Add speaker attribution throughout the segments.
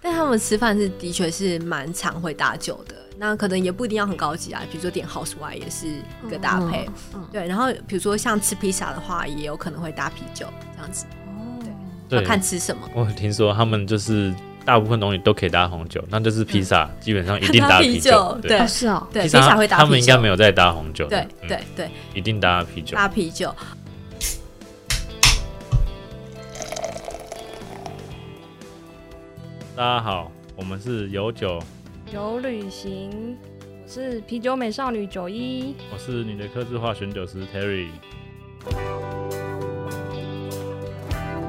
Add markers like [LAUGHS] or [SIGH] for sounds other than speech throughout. Speaker 1: 但他们吃饭是的确是蛮常会搭酒的，那可能也不一定要很高级啊，比如说点 house wine 也是一个搭配，
Speaker 2: 嗯
Speaker 1: 对。然后比如说像吃披萨的话，也有可能会搭啤酒这样子，
Speaker 3: 对
Speaker 1: 要，看吃什么。
Speaker 3: 我听说他们就是大部分东西都可以搭红酒，那就是披萨基本上一定
Speaker 1: 嗯 [LAUGHS] 搭
Speaker 3: 搭
Speaker 1: 啤
Speaker 3: 啤
Speaker 1: 酒对
Speaker 2: 哦是哦，
Speaker 1: 对，披
Speaker 3: 披萨
Speaker 1: 萨会搭啤酒，
Speaker 3: 他们应该没有在搭红酒的
Speaker 1: 对，
Speaker 3: 嗯
Speaker 1: 对对，
Speaker 3: 一定搭啤酒。
Speaker 1: 搭啤酒。
Speaker 3: 大家好，我们是有酒，
Speaker 4: 有旅行，我是啤酒美少女九一。
Speaker 3: 我是你的客制化选酒师 Terry。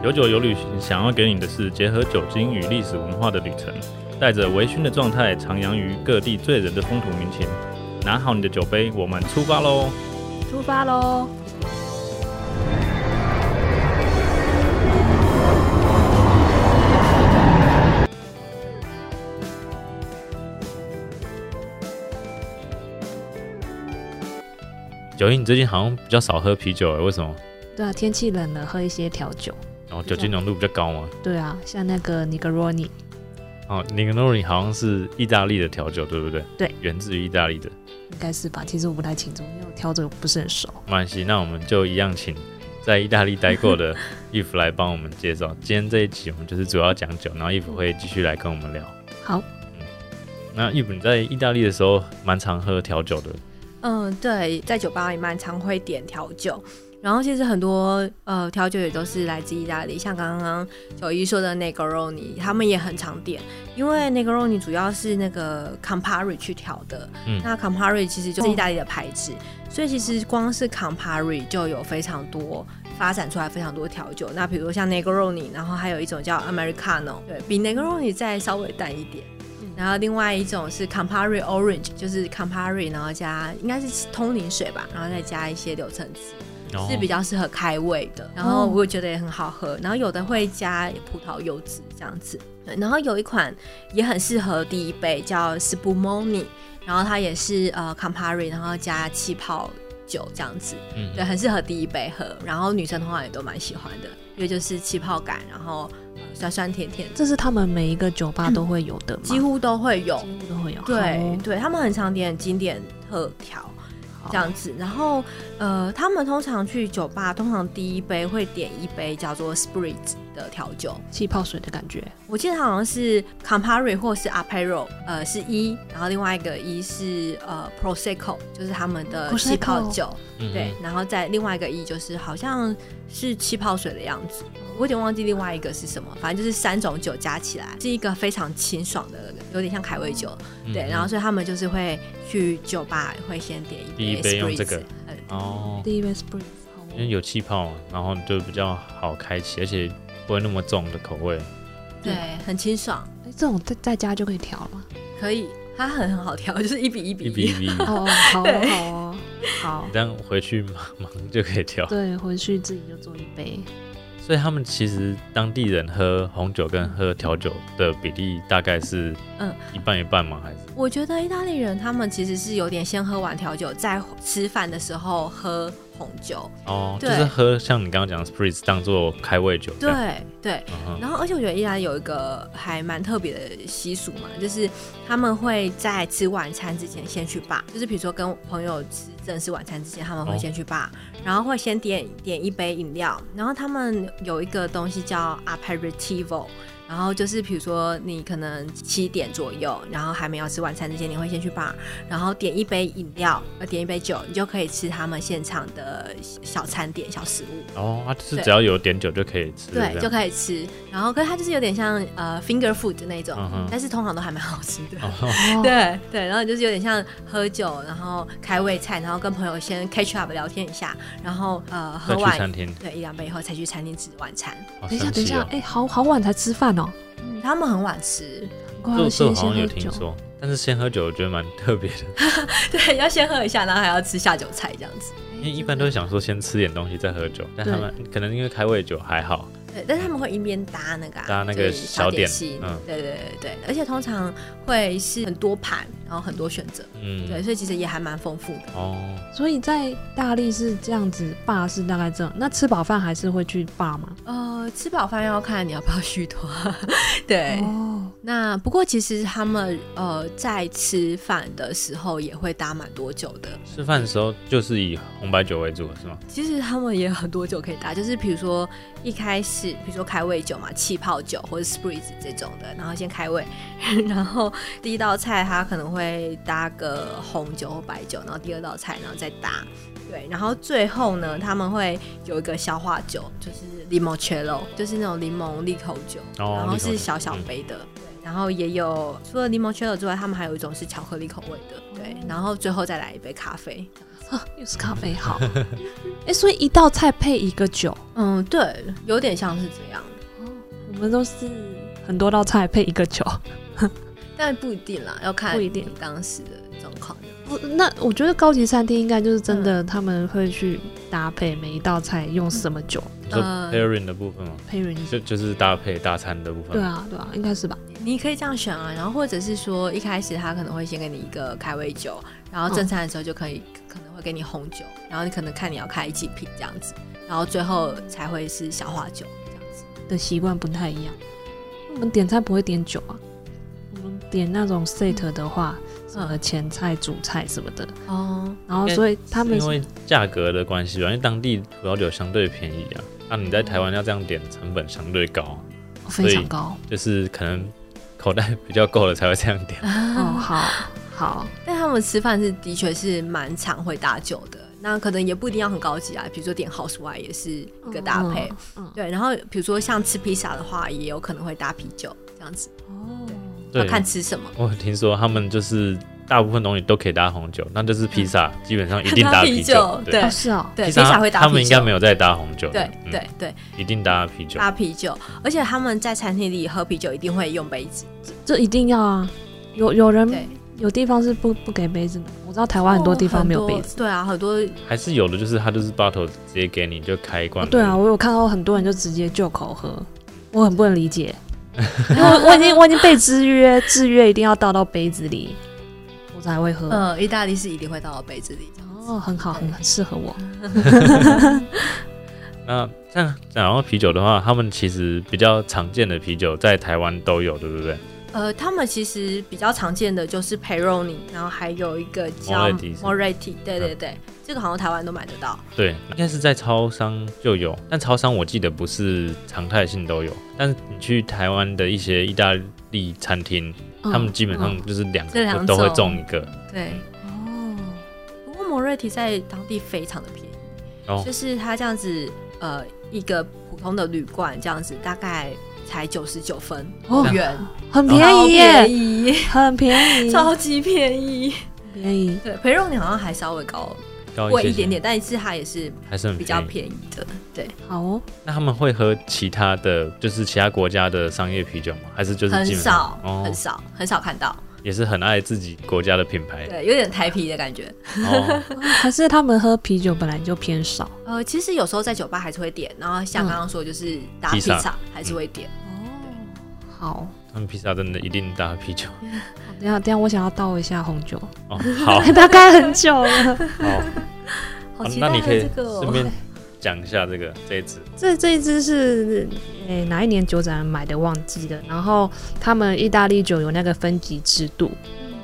Speaker 3: 有酒有旅行，想要给你的是结合酒精与历史文化的旅程，带着微醺的状态，徜徉于各地醉人的风土民情。拿好你的酒杯，我们出发喽！
Speaker 4: 出发喽！
Speaker 3: 九一，你最近好像比较少喝啤酒欸诶，为什么？
Speaker 2: 对啊，天气冷了，喝一些调酒。
Speaker 3: 然后酒精浓度比较高吗？
Speaker 2: 对啊，像那个尼格罗尼，
Speaker 3: 哦 n i g n o r i 好像是意大利的调酒，对不对？
Speaker 2: 对，
Speaker 3: 源自于意大利的。
Speaker 2: 应该是吧？其实我不太清楚，因为我调酒不是很熟。
Speaker 3: 没关系，那我们就一样请在意大利待过
Speaker 1: [LAUGHS]
Speaker 3: 的伊芙来帮我们介绍。今天这一集我们就是主要讲酒，然后伊芙会继续来跟我们聊。嗯
Speaker 2: 好，
Speaker 3: 那伊芙你在意大利的时候蛮常喝调酒的，
Speaker 1: 嗯，对，在酒吧也蛮常会点调酒。然后其实很多呃调酒也都是来自意大利，像刚刚九一说的 Negroni，他们也很常点，因为 Negroni 主要是那个 Campari 去调的，
Speaker 3: 嗯
Speaker 1: 那 Campari 其实就是意大利的牌子，所以其实光是 Campari 就有非常多发展出来非常多调酒。那比如说像 Negroni，然后还有一种叫 Americano，对比 Negroni 再稍微淡一点。然后另外一种是 Campari Orange，就是 Campari，然后加应该是通灵水吧，然后再加一些柳橙汁，
Speaker 3: 然后
Speaker 1: 是比较适合开胃的。然后我也觉得也很好喝，然后有的会加葡萄柚子这样子。对，然后有一款也很适合第一杯，叫 Spumoni，然后它也是呃 Campari，然后加气泡酒这样子。
Speaker 3: 嗯
Speaker 1: 对，很适合第一杯喝。然后女生通常也都蛮喜欢的，因为就是气泡感，然后呃酸酸甜甜的，
Speaker 2: 这是他们每一个酒吧都会有的吗？
Speaker 1: 几乎都会有。
Speaker 2: 几乎都会有。
Speaker 1: 对对，他们很常点经典特调
Speaker 2: 好
Speaker 1: 这样子。然后呃，他们通常去酒吧，通常第一杯会点一杯叫做 Spirit 的调酒。
Speaker 2: 气泡水的感觉。
Speaker 1: 我记得好像是 Campari 或是 Aperol，呃是一，然后另外一个一是呃 Prosecco，就是他们的气泡
Speaker 2: Prosecco 嗯
Speaker 1: 酒。
Speaker 3: 嗯
Speaker 1: 对，，然后再另外一个一就是好像是气泡水的样子，我有点忘记另外一个是什么，反正就是三种酒加起来是一个非常清爽的，有点像凯味酒。
Speaker 3: 嗯
Speaker 1: 对，然后所以他们就是会去酒吧会先点
Speaker 3: 第一
Speaker 1: 一
Speaker 3: 杯用
Speaker 1: spritz，
Speaker 3: 这个
Speaker 1: 呃
Speaker 3: 哦，
Speaker 2: 第一杯哎 Spring，
Speaker 3: 因为有气泡嘛，然后就比较好开启，而且不会那么重的口味。
Speaker 1: 对，很清爽，
Speaker 2: 哎，这种在在家就可以调了
Speaker 1: [LAUGHS]
Speaker 2: 吗？
Speaker 1: 可以，它很很好调， [LAUGHS] 就是一比一比
Speaker 3: 一比一比一，
Speaker 2: 哦，好哦，好哦，好。
Speaker 3: 这样回去忙忙就可以调。
Speaker 2: 对，回去自己就做一杯。
Speaker 3: 所以他们其实当地人喝红酒跟喝调酒的比例大概是
Speaker 1: 嗯
Speaker 3: 一半一半吗？还是
Speaker 1: 我觉得意大利人他们其实是有点先喝完调酒，在吃饭的时候喝红酒。
Speaker 3: 哦，就
Speaker 1: 对
Speaker 3: 是喝像你刚刚讲的 spritz 当做开胃酒这样。
Speaker 1: 对对，
Speaker 3: 嗯哼，
Speaker 1: 然后，而且我觉得依然有一个还蛮特别的习俗嘛，就是他们会在吃晚餐之前先去吧，就是比如说跟朋友吃正式晚餐之前，他们会
Speaker 3: 哦
Speaker 1: 先去吧，然后会先点点一杯饮料，然后他们有一个东西叫 aperitivo。然后就是，比如说你可能七点左右，然后还没有吃晚餐之前，你会先去 bar，然后点一杯饮料，呃，点一杯酒，你就可以吃他们现场的小餐点、小食物。
Speaker 3: 哦，它就是
Speaker 1: 对
Speaker 3: 只要有点酒就可以吃，
Speaker 1: 对，就
Speaker 3: 以。
Speaker 1: 可以吃。然后，可是它就是有点像呃 finger food 的那种，
Speaker 3: 嗯哼
Speaker 1: 但是通常都还蛮好吃的。
Speaker 3: 哦，
Speaker 2: 哦，
Speaker 1: [LAUGHS] 对对，然后就是有点像喝酒，然后开胃菜，然后跟朋友先 catch up 聊天一下，然后呃
Speaker 3: 再 [LAUGHS]
Speaker 1: 喝
Speaker 3: 去
Speaker 1: 完
Speaker 3: 餐厅，
Speaker 1: 对一两杯以后才去餐厅吃晚餐。
Speaker 3: 好
Speaker 2: 等一下，
Speaker 3: 神
Speaker 2: 等一
Speaker 3: 奇
Speaker 2: 下，
Speaker 3: 哦！
Speaker 2: 哎，好好晚才吃饭哦。
Speaker 1: 他们很晚吃， [LAUGHS]
Speaker 2: 乖
Speaker 3: 这这
Speaker 2: 先
Speaker 3: 我
Speaker 2: 先
Speaker 3: 好像
Speaker 2: 喝
Speaker 3: 有听
Speaker 2: 酒。
Speaker 3: 说，但是先喝酒我觉得蛮特别的，
Speaker 1: 对，要先喝一下，然后还要吃下酒菜这样子。
Speaker 2: [LAUGHS]
Speaker 3: 因为一般都会想说先吃点东西再喝酒，但他们可能因为开胃酒还好，
Speaker 1: 对，但是他们会一边搭那个、啊、
Speaker 3: 搭那个
Speaker 1: 就是小
Speaker 3: 小点
Speaker 1: 心，
Speaker 3: 嗯
Speaker 1: 对对对对，而且通常会是很多盘，然后很多选择，对，
Speaker 3: 嗯，
Speaker 1: 所以其实也还蛮丰富的。
Speaker 3: 哦，
Speaker 2: 所以在大力是这样子，爸是大概这样。那吃饱饭还是会去爸吗？
Speaker 1: [LAUGHS] 呃，吃饱饭要看你要不要续托，对、
Speaker 2: 哦，
Speaker 1: 那不过其实他们呃在吃饭的时候也会搭蛮多酒的，
Speaker 3: 吃饭的时候就是以红白酒为主，是吗？
Speaker 1: 其实他们也很多酒可以搭，就是比如说一开始，比如说开胃酒嘛，气泡酒或者 spritz 这种的，然后先开胃，然后第一道菜它可能会搭个红酒或白酒，然后第二道菜然后再搭，对，然后最后呢他们会有一个消化酒，就是 limoncello，就是那种柠檬利口酒，
Speaker 3: 哦
Speaker 1: 然后
Speaker 3: 利口酒
Speaker 1: 是小小杯的。对然后也有除了 limoncello 之外，他们还有一种是巧克力口味的，
Speaker 3: 哦
Speaker 1: 对，然后最后再来一杯咖啡，
Speaker 2: 啊，又是咖啡好。 [LAUGHS] 哎、所以一道菜配一个酒，
Speaker 1: 嗯，对，有点像是这样，
Speaker 2: 我们都是很多道菜配一个酒。
Speaker 1: 但不一定啦，要看
Speaker 2: 不一定
Speaker 1: 你当时的状况。
Speaker 2: 不，那我觉得高级餐厅应该就是真的，他们会去搭配每一道菜用什么酒
Speaker 3: 你说
Speaker 1: 呃
Speaker 3: pairing 的部分吗？
Speaker 2: 配人。
Speaker 3: 就就是搭配大餐的部分。
Speaker 2: 对啊，对啊，应该是吧？
Speaker 1: 你可以这样选啊，然后或者是说一开始他可能会先给你一个开胃酒，然后正餐的时候就可以、可能会给你红酒，然后你可能看你要开几瓶这样子，然后最后才会是小花酒这样子。
Speaker 2: 的习惯不太一样。我们点菜不会点酒啊，我们点那种 set 的话，呃，前菜、主菜什么的，
Speaker 1: 哦，
Speaker 2: 然后所以他们
Speaker 3: 因为价格的关系吧，因为当地葡萄酒相对便宜啊，那你在台湾要这样点，成本相对高，啊
Speaker 2: 非常高。
Speaker 3: 就是可能口袋比较够了才会
Speaker 1: [LAUGHS]
Speaker 3: 这样点。
Speaker 2: 哦，好好，
Speaker 1: 但他们吃饭是的确是蛮常会搭酒的，那可能也不一定要很高级啊，比如说点 house wine 也是一个搭配。
Speaker 2: 嗯，嗯
Speaker 1: 对，然后比如说像吃披萨的话，也有可能会搭啤酒这样子，
Speaker 2: 哦，
Speaker 1: 要
Speaker 3: 对，
Speaker 1: 看吃什么。
Speaker 3: 我听说他们就是大部分东西都可以搭红酒，那就是披萨、基本上
Speaker 1: [LAUGHS]
Speaker 3: 一定
Speaker 1: 嗯搭
Speaker 3: 啤
Speaker 1: 啤酒对
Speaker 2: 哦是哦，
Speaker 1: 对，
Speaker 3: 披
Speaker 1: 披萨会搭啤酒，
Speaker 3: 他们应该没有在搭红酒。
Speaker 1: 对
Speaker 3: 嗯
Speaker 1: 对对，
Speaker 3: 一定搭啤酒。
Speaker 1: 搭啤酒，而且他们在餐厅里喝啤酒一定会用杯子，
Speaker 2: 这一定要啊。有有人
Speaker 1: 对，哦
Speaker 2: 有地方是不不给杯子的，我知道台湾很多地方没有杯子。嗯
Speaker 1: 子，对啊，很多
Speaker 3: 还是有的，就是他就是 bottle 直接给你就开一
Speaker 2: 哦
Speaker 3: 罐、
Speaker 2: 对啊，，我有看到很多人就直接就口喝，我很不能理解，因为我我已经我已经被制约，制约一定要倒到杯子里，我才会喝。
Speaker 1: 呃，意大利是一定会倒到杯子里。
Speaker 2: 哦，很好，很很适合我。
Speaker 3: 那像然后啤酒的话，他们其实比较常见的啤酒在台湾都有，对不对？
Speaker 1: 呃，他们其实比较常见的就是 Peroni，然后还有一个叫
Speaker 3: Moretti 是吗嗯
Speaker 1: Moretti，对对对，这个好像台湾都买得到。
Speaker 3: 对，应该是在超商就有，但超商我记得不是常态性都有。但是你去台湾的一些意大利餐厅，
Speaker 1: 哦
Speaker 3: 他们基本上就是两
Speaker 1: 这两
Speaker 3: 个
Speaker 1: 种
Speaker 3: 都会中一个。
Speaker 1: 对，哦
Speaker 2: 嗯
Speaker 1: 不过 Moretti 在当地非常的便宜，
Speaker 3: 哦
Speaker 1: 就是它这样子，呃，一个普通的旅馆这样子，大概才九十九分
Speaker 2: 哦
Speaker 1: 元，
Speaker 2: 哦，很
Speaker 1: 超
Speaker 2: 便宜
Speaker 1: 便
Speaker 2: 耶，
Speaker 1: 宜，
Speaker 2: [LAUGHS] 很便宜，
Speaker 1: 超级便宜。
Speaker 2: 便宜。
Speaker 1: 对，培肉你好像还稍微高
Speaker 3: 高
Speaker 1: 贵
Speaker 3: 些
Speaker 1: 一点点，，但是它也是
Speaker 3: 还是很
Speaker 1: 比较
Speaker 3: 便
Speaker 1: 便
Speaker 3: 宜。
Speaker 1: 宜的。嗯对，
Speaker 2: 好哦，
Speaker 3: 那他们会喝其他的就是其他国家的商业啤酒吗？还是就是
Speaker 1: 很
Speaker 3: 基本
Speaker 1: 少
Speaker 3: 上、哦
Speaker 1: 很，少很少看到，
Speaker 3: 也是很爱自己国家的品牌。
Speaker 1: 对，有点台啤的感觉。
Speaker 3: 哦，
Speaker 2: 还是他们喝啤酒本来就偏少
Speaker 1: 呃，其实有时候在酒吧还是会点，然后像
Speaker 2: 嗯
Speaker 1: 刚刚说就是搭
Speaker 3: 披
Speaker 1: 披
Speaker 3: 萨嗯
Speaker 1: 萨还是会点。
Speaker 2: 哦。好，
Speaker 3: 他们披萨真的一定搭啤酒
Speaker 2: 等一下等一下，我想要倒一下
Speaker 1: [LAUGHS]
Speaker 2: 红酒， [LAUGHS]
Speaker 3: 哦。好
Speaker 2: 大概很久了。
Speaker 3: 好，
Speaker 1: 好
Speaker 3: 好
Speaker 1: 期
Speaker 3: 那
Speaker 1: 待
Speaker 3: 你
Speaker 1: 哦
Speaker 3: 可以
Speaker 1: 这个
Speaker 3: 顺
Speaker 1: 哦，
Speaker 3: 便讲一下这个这一支
Speaker 2: 这这一支是诶、哪一年酒展买的忘记了。然后他们意大利酒有那个分级制度，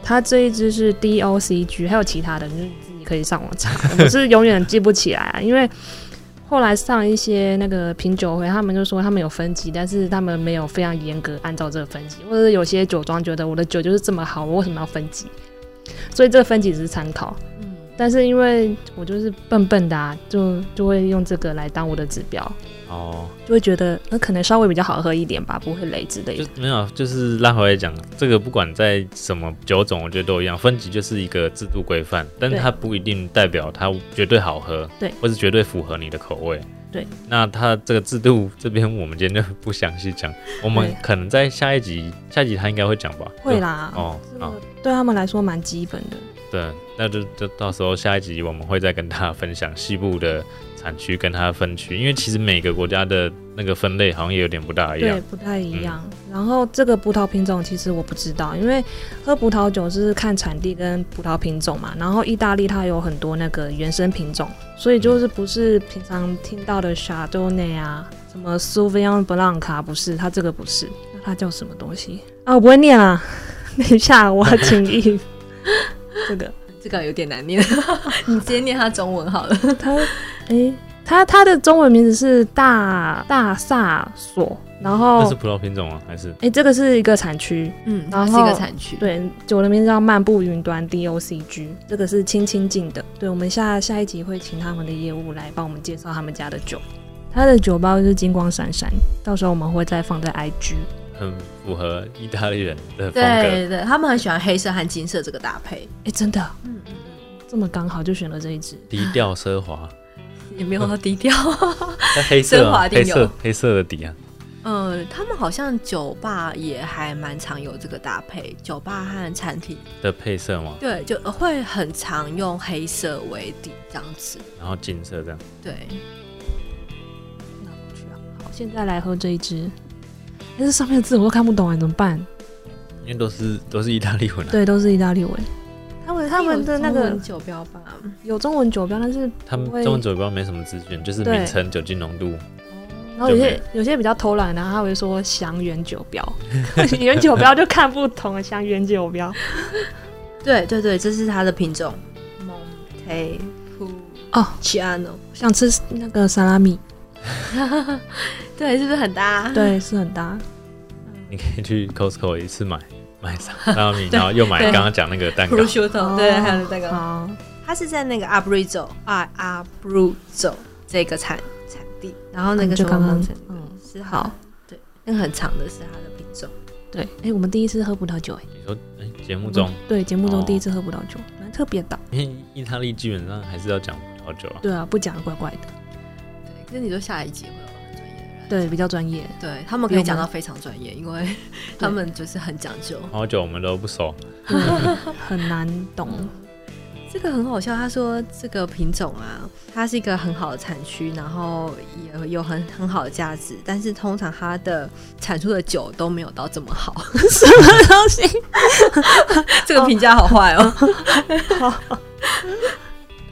Speaker 2: 它这一支是 DOCG，还有其他的，就是自己可以上网查。我是永远记不起来、啊，因为后来上一些那个品酒会，他们就说他们有分级，但是他们没有非常严格按照这个分级，或者是有些酒庄觉得我的酒就是这么好，我为什么要分级？所以这个分级只是参考。
Speaker 1: 嗯，
Speaker 2: 但是因为我就是笨笨的、啊，就就会用这个来当我的指标。
Speaker 3: 哦，
Speaker 2: 就会觉得那可能稍微比较好喝一点吧，不会累之类
Speaker 3: 就
Speaker 2: 的。
Speaker 3: 没有，就是拉回来讲，这个不管在什么酒种，我觉得都一样，分级就是一个制度规范，但是
Speaker 2: 对
Speaker 3: 它不一定代表它绝对好喝，
Speaker 2: 对，
Speaker 3: 或是绝对符合你的口味，
Speaker 2: 对。
Speaker 3: 那它这个制度这边我们今天就不详细讲，我们
Speaker 2: 对
Speaker 3: 可能在下一集，下一集他应该会讲吧？
Speaker 2: 会啦，
Speaker 3: 哦，
Speaker 2: 这
Speaker 3: 好
Speaker 2: 个，对他们来说蛮基本的。
Speaker 3: 对，那就就到时候下一集我们会再跟大家分享西部的产区跟它的分区，因为其实每个国家的那个分类好像也有点不大一样
Speaker 2: 对，。不太一样。然后这个葡萄品种其实我不知道，因为喝葡萄酒是看产地跟葡萄品种嘛。然后意大利它有很多那个原生品种，所以就是不是平常听到的 Chardonnay 啊，什么 Sauvignon Blanc 啊，不是，它这个不是。那它叫什么东西啊？啊，我不会念啊，等一 [LAUGHS] 下我要请意。这个
Speaker 1: 这个有点难念， [LAUGHS] 你直接念它中文好了。
Speaker 2: 它，诶，它它的中文名字是大大萨索，然后
Speaker 1: 哦
Speaker 3: 那是葡萄品种吗？啊还是
Speaker 2: 诶，这个是一个产区，
Speaker 1: 嗯，
Speaker 2: 然
Speaker 1: 它
Speaker 2: 后
Speaker 1: 是一个产区。
Speaker 2: 对，酒的名字叫漫步云端 DOCG，这个是清清净的。对，我们下下一集会请他们的业务来帮我们介绍他们家的酒。他的酒包就是金光闪闪，到时候我们会再放在 IG。
Speaker 3: 很符合意大利人的风格？
Speaker 1: 对对，他们很喜欢黑色和金色这个搭配，
Speaker 2: 诶，真的，这么刚好就选了这一支。
Speaker 3: 低调奢华，
Speaker 1: 也没有到低调。 [LAUGHS]
Speaker 3: 那黑色
Speaker 1: 奢华
Speaker 3: 啊，
Speaker 1: 一定
Speaker 3: 黑
Speaker 1: 有
Speaker 3: 色黑色的底啊，
Speaker 1: 嗯，他们好像酒吧也还蛮常有这个搭配，酒吧和餐厅，
Speaker 3: 的配色嘛，
Speaker 1: 对，就呃会很常用黑色为底这样子。
Speaker 3: 然后金色这样。
Speaker 1: 对，
Speaker 2: 拿过去啊好，现在来喝这一支。但是上面的字我都看不懂哎，怎么办？
Speaker 3: 因为都是都是意大利文啊，
Speaker 2: 对，都是意大利文。他们他们的那
Speaker 1: 有中
Speaker 2: 个
Speaker 1: 文酒标吧，
Speaker 2: 有中文酒标，但是
Speaker 3: 他们
Speaker 2: 不会
Speaker 3: 中文酒标没什么资讯，就是
Speaker 2: 对
Speaker 3: 名称、酒精浓度，
Speaker 2: 然后有
Speaker 3: 就没
Speaker 2: 些有些比较偷懒的，他会说祥源酒标， [LAUGHS] 原酒标就看不懂了。祥源酒标
Speaker 1: 对对对，这是它的品种，Monte p
Speaker 2: 哦
Speaker 1: c i a n o
Speaker 2: 想吃那个沙拉米，
Speaker 1: [LAUGHS] 对，是不是很搭？
Speaker 2: 对，是很搭。
Speaker 3: 你可以去 Costco 一次买买上拉米，然后又买
Speaker 1: 对
Speaker 3: 刚刚讲那个蛋糕
Speaker 1: p r，s c i u
Speaker 2: 哦
Speaker 1: t o 对，还有那个，
Speaker 2: 好，
Speaker 1: 它是在那个 Abruzzo 啊 Abruzzo 这个产产地，然后那个
Speaker 2: 就
Speaker 1: 什
Speaker 2: 刚
Speaker 1: 么
Speaker 2: 刚
Speaker 1: Monte
Speaker 2: 嗯，
Speaker 1: 是它
Speaker 2: 好，
Speaker 1: 对，那个很长的是它的品种。
Speaker 2: 对，哎，我们第一次喝葡萄酒，哎，
Speaker 3: 你说哎，节目
Speaker 1: 嗯
Speaker 3: 中，
Speaker 2: 对，节目
Speaker 3: 哦
Speaker 2: 中第一次喝葡萄酒，蛮特别的。
Speaker 3: 因为 [LAUGHS] 意大利基本上还是要讲葡萄酒啊，
Speaker 2: 对啊，不讲怪怪的，
Speaker 1: 对，可是你说下一集会有很专业的人，
Speaker 2: 对，比较专 [LAUGHS] 业。
Speaker 1: 对他们可以讲到非常专业，因为他们就是很讲究。
Speaker 3: 葡萄酒我们都不熟，
Speaker 2: 对很难懂。
Speaker 1: 这个很好笑，他说这个品种啊，它是一个很好的产区，然后也有很很好的价值，但是通常它的产出的酒都没有到这么
Speaker 2: [LAUGHS]
Speaker 1: 好。
Speaker 2: 什么东西？
Speaker 1: 这个评价好坏
Speaker 2: [LAUGHS]
Speaker 1: 哦。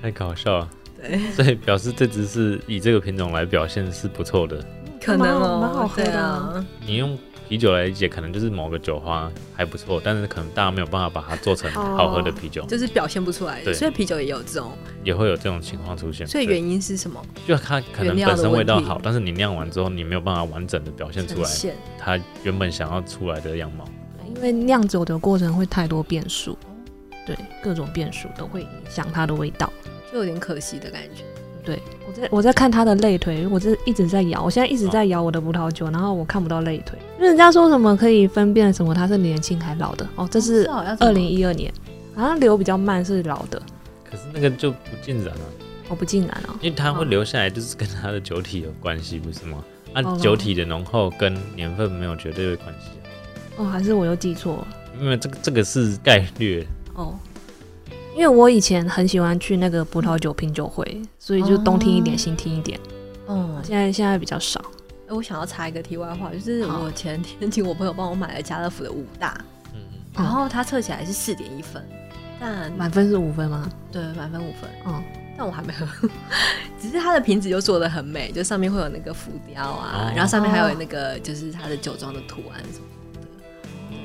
Speaker 3: 太搞笑了。 [LAUGHS]
Speaker 1: 对，
Speaker 2: 哦
Speaker 3: 所以表示这只是以这个品种来表现是不错的。
Speaker 1: 可能
Speaker 2: 蛮好
Speaker 1: 哦，
Speaker 2: 蛮好喝
Speaker 1: 对
Speaker 2: 的
Speaker 1: 啊
Speaker 2: 啊。
Speaker 3: 你用啤酒来理解，可能就是某个酒花还不错，但是可能大家没有办法把它做成
Speaker 2: 哦
Speaker 3: 好喝的啤酒，
Speaker 1: 就是表现不出来，
Speaker 3: 对
Speaker 1: 所以啤酒也有这种，
Speaker 3: 也会有这种情况出现。
Speaker 1: 所以
Speaker 3: 对
Speaker 1: 原因是什么？
Speaker 3: 就它可能
Speaker 1: 原料的
Speaker 3: 本身味道
Speaker 1: 问题
Speaker 3: 好，但是你酿完之后，你没有办法完整的表现出
Speaker 1: 呈
Speaker 3: 来
Speaker 1: 现
Speaker 3: 它原本想要出来的样貌。
Speaker 2: [LAUGHS] 因为酿酒的过程会太多变数，对，各种变数都会影响它的味道。
Speaker 1: 就有点可惜的感觉。
Speaker 2: 对我在我在看它的肋腿，我这一直在摇，我现在一直在摇我的葡萄酒，然后我看不到肋腿。因为人家说什么可以分辨什么它是年轻还老的哦，这是
Speaker 1: 好像
Speaker 2: 二零一二年，好像流比较慢是老的，
Speaker 3: 可是那个就不尽然啊，
Speaker 2: 哦不尽然啊，
Speaker 3: 因为它会留下来，就是跟它的酒体有关系，不是 [LAUGHS] 吗？啊
Speaker 2: 哦，
Speaker 3: 酒体的浓厚跟年份没有绝对的关系啊，
Speaker 2: 哦还是我又记错了
Speaker 3: 因为这个这个是概率，
Speaker 2: 哦。因为我以前很喜欢去那个葡萄酒品酒会，所以就东听一点，
Speaker 1: 哦
Speaker 2: 西听一点。
Speaker 1: 哦，
Speaker 2: 现在现在比较少。
Speaker 1: 哎我想要插一个题外话，就是
Speaker 2: 好
Speaker 1: 我前天 [LAUGHS] 请我朋友帮我买了家乐福的五大，
Speaker 3: 嗯，
Speaker 1: 然后它测起来是四点一分，但
Speaker 2: 满分是五分吗？
Speaker 1: 对满分五分，
Speaker 2: 嗯，
Speaker 1: 但我还没喝，只是它的瓶子就做的很美，就上面会有那个浮雕啊，
Speaker 3: 哦
Speaker 1: 然后上面还有那个就是它的酒庄的图案什么嗯的。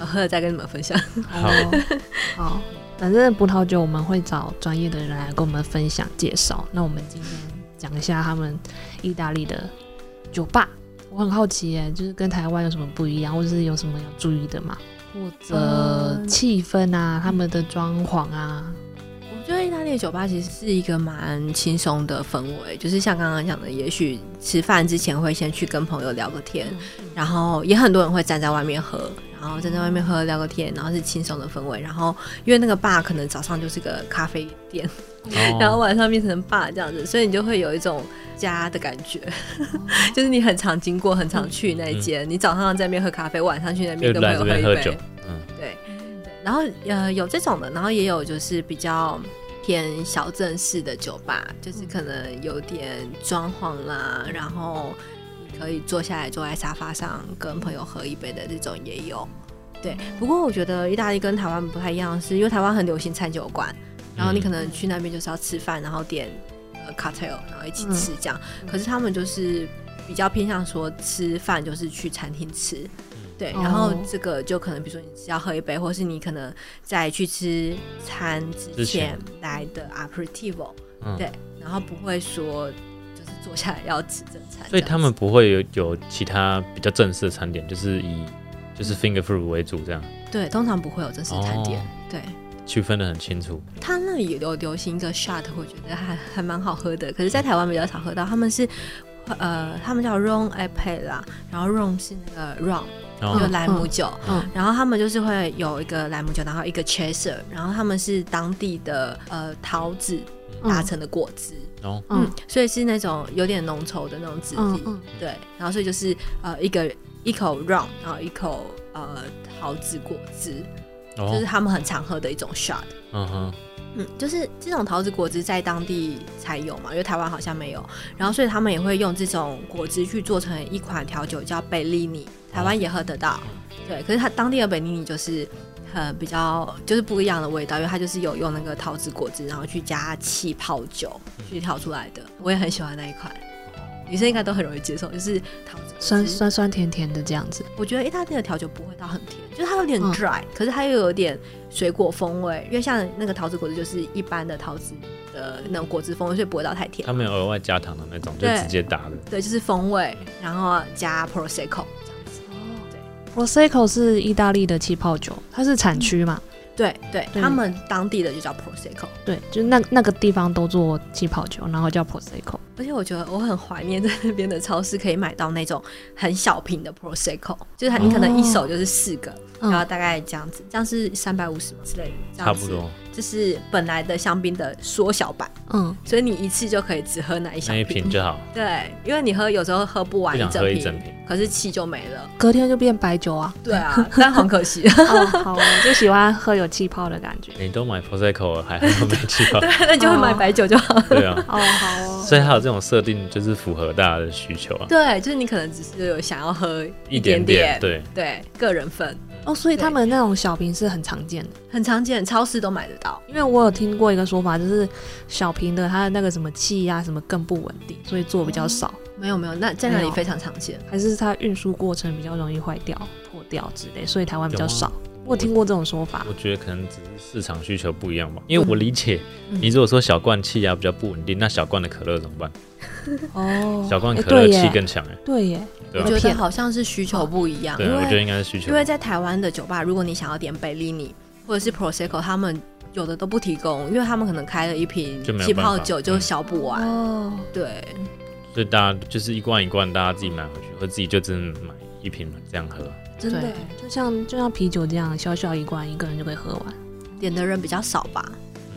Speaker 1: 我喝了再跟你们分享。
Speaker 3: 好，
Speaker 2: [LAUGHS] 好，反正葡萄酒我们会找专业的人来跟我们分享介绍。那我们今天讲一下他们意大利的酒吧，我很好奇耶，就是跟台湾有什么不一样，或者是有什么要注意的吗？或者
Speaker 1: 嗯
Speaker 2: 气氛啊，他们的装潢啊，
Speaker 1: 我觉得意大利的酒吧其实是一个蛮轻松的氛围，就是像刚刚讲的，也许吃饭之前会先去跟朋友聊个天，然后也很多人会站在外面喝，然后站在外面喝聊个天，然后是轻松的氛围，然后因为那个爸可能早上就是个咖啡店，然后
Speaker 3: 哦
Speaker 1: 晚上变成爸这样子，所以你就会有一种家的感觉，
Speaker 3: 哦
Speaker 1: [LAUGHS] 就是你很常经过，很常去那一间，你早上在那边喝咖啡，晚上去那边
Speaker 3: 嗯就
Speaker 1: 跟朋
Speaker 3: 来
Speaker 1: 友喝
Speaker 3: 这边
Speaker 1: 一
Speaker 3: 喝
Speaker 1: 杯，
Speaker 3: 酒，嗯，
Speaker 1: 对，然后呃有这种的，然后也有就是比较偏小镇式的酒吧，就是可能有点装潢啦，然后你可以坐下来坐在沙发上跟朋友喝一杯的这种也有。对，不过我觉得意大利跟台湾不太一样，是因为台湾很流行餐酒馆，然
Speaker 3: 嗯
Speaker 1: 后你可能去那边就是要吃饭，然后点呃 cocktail，然后一
Speaker 3: 嗯
Speaker 1: 起吃
Speaker 3: 嗯
Speaker 1: 这样。可是他们就是比较偏向说吃饭就是去餐厅吃，对，然后
Speaker 2: 哦
Speaker 1: 这个就可能比如说你只要喝一杯，或是你可能在去吃餐之
Speaker 3: 之前
Speaker 1: 前来的 aperitivo，
Speaker 3: 嗯
Speaker 1: 对，然后不会说就是坐下来要吃正餐这样子，
Speaker 3: 所以他们不会有有其他比较正式的餐点，就是以就是 finger food 为主这样，
Speaker 1: 对通常不会有正式餐点，
Speaker 3: 哦
Speaker 1: 对。
Speaker 3: 区分的很清楚。
Speaker 1: 他那里有流行一个 shot，我觉得还还蛮好喝的，可是，在台湾比较少喝到。他们是，呃，他们叫 rum a p e 啦，然后 rum 是那个 rum，
Speaker 3: 然
Speaker 1: 就
Speaker 3: 后
Speaker 1: 莱姆酒，
Speaker 2: 哦嗯
Speaker 1: 然后他们就是会有一个莱姆酒，然后一个 chaser，然后他们是当地的呃桃子打成的果汁，
Speaker 3: 然后
Speaker 1: 嗯
Speaker 2: 嗯
Speaker 1: 所以是那种有点浓稠的那种质地，
Speaker 2: 嗯嗯，
Speaker 1: 对，然后所以就是呃一个一口 rum，然后一口呃桃子果汁，
Speaker 2: 哦
Speaker 3: 然
Speaker 1: 就
Speaker 3: 后
Speaker 1: 是他们很常喝的一种 shot。
Speaker 3: 哦嗯哼，
Speaker 1: 嗯，就是这种桃子果汁在当地才有嘛，因为台湾好像没有。然后所以他们也会用这种果汁去做成一款调酒，叫贝利尼，台湾也喝得到。对，可是它当地的贝利尼就是很比较就是不一样的味道，因为它就是有用那个桃子果汁，然后去加气泡酒去调出来的。我也很喜欢那一款，女生应该都很容易接受，就是桃子果汁
Speaker 2: 酸酸酸甜甜的这样子，
Speaker 1: 我觉得意大利的调酒不会到很甜，就是它有点
Speaker 2: 嗯
Speaker 1: dry，、可是它又有点水果风味，因为像那个桃子果汁就是一般的桃子的那种果汁风味，所以不会到太甜
Speaker 3: 他。们有额外加糖的那种，就
Speaker 1: 对
Speaker 3: 直接打的。
Speaker 1: 对，就是风味，然后加 prosecco 这样子。
Speaker 2: Prosecco 是意大利的气泡酒，它是产区嘛？
Speaker 1: 对对，
Speaker 2: 对
Speaker 1: 他们当地的就叫 prosecco。
Speaker 2: 对，就是那那个地方都做气泡酒，然后叫 Prosecco。
Speaker 1: 而且我觉得我很怀念在那边的超市可以买到那种很小瓶的 prosecco，就是它你可能一手就是四个，然后
Speaker 2: 嗯，
Speaker 1: 大概这样子，这样是三百五十嘛之类的，这
Speaker 3: 哦差
Speaker 1: 样
Speaker 3: 不
Speaker 1: 子
Speaker 3: 多，
Speaker 1: 就是本来的香槟的缩小版。
Speaker 2: 嗯，
Speaker 1: 所以你一次就可以只喝那一小
Speaker 3: 那一瓶就好，
Speaker 1: 对，因为你喝有时候喝不完
Speaker 3: 不想
Speaker 1: 整
Speaker 3: 喝
Speaker 1: 瓶，
Speaker 3: 一整瓶。
Speaker 1: 可是气就没了。
Speaker 2: 隔天就变白酒啊。
Speaker 1: 对 [LAUGHS] 啊，但很可惜，
Speaker 2: 哦，好，我就喜欢喝有气泡的感觉。
Speaker 3: 你都买 prosecco 了，还喝没气 [LAUGHS] 泡？
Speaker 1: 那你就会买白酒就好。
Speaker 3: 对啊，
Speaker 2: [LAUGHS] 哦，好哦。
Speaker 3: 所以它有这种设定，就是符合大家的需求啊，
Speaker 1: [LAUGHS] 对，就是你可能只是有想要喝
Speaker 3: 一
Speaker 1: 点
Speaker 3: 点点，对，
Speaker 1: 对，个人份
Speaker 2: 哦，所以他们那种小瓶是很常见的，
Speaker 1: 很常见，超市都买得到。
Speaker 2: 因为我有听过一个说法，就是小瓶的它的那个什么气压、什么更不稳定，所以做比较少，
Speaker 1: 没有没有，那在那
Speaker 2: 没
Speaker 1: 里
Speaker 2: 有
Speaker 1: 非常常见。
Speaker 2: 还是它运输过程比较容易坏掉、破掉之类，所以台湾比较
Speaker 3: 有
Speaker 2: 少
Speaker 3: 吗。
Speaker 2: 我有听过这种说法
Speaker 3: 我，觉得可能只是市场需求不一样吧，因为我理解
Speaker 1: 嗯
Speaker 3: 你如果说小罐气啊压比较不稳定，那小罐的可乐怎么办？
Speaker 2: 哦
Speaker 3: 小罐
Speaker 2: 哎
Speaker 3: 可乐
Speaker 2: 对
Speaker 3: 气
Speaker 2: 耶
Speaker 3: 更强哎，
Speaker 2: 对耶，
Speaker 3: 对
Speaker 1: 我
Speaker 3: 啊
Speaker 1: 觉得
Speaker 2: 骗
Speaker 1: 好像是需求不一样，
Speaker 3: 对
Speaker 1: 因
Speaker 3: 啊，我觉得
Speaker 1: 为
Speaker 3: 应该是需求
Speaker 1: 因。为在台湾的酒吧，如果你想要点贝利尼或者是 prosecco，他们有的都不提供，因为他们可能开了一瓶
Speaker 3: 就没有
Speaker 1: 气
Speaker 3: 办
Speaker 1: 泡
Speaker 3: 法
Speaker 1: 酒就
Speaker 3: 嗯
Speaker 1: 消不完。
Speaker 2: 哦，
Speaker 1: 对，
Speaker 3: 所以大家就是一罐一罐，大家自己买回去，或自己就真的买一瓶这样喝。
Speaker 2: 真的
Speaker 1: 对
Speaker 2: 耶，就像就像啤酒这样，小小一罐，一个人就可以喝完。
Speaker 1: 点的人比较少吧。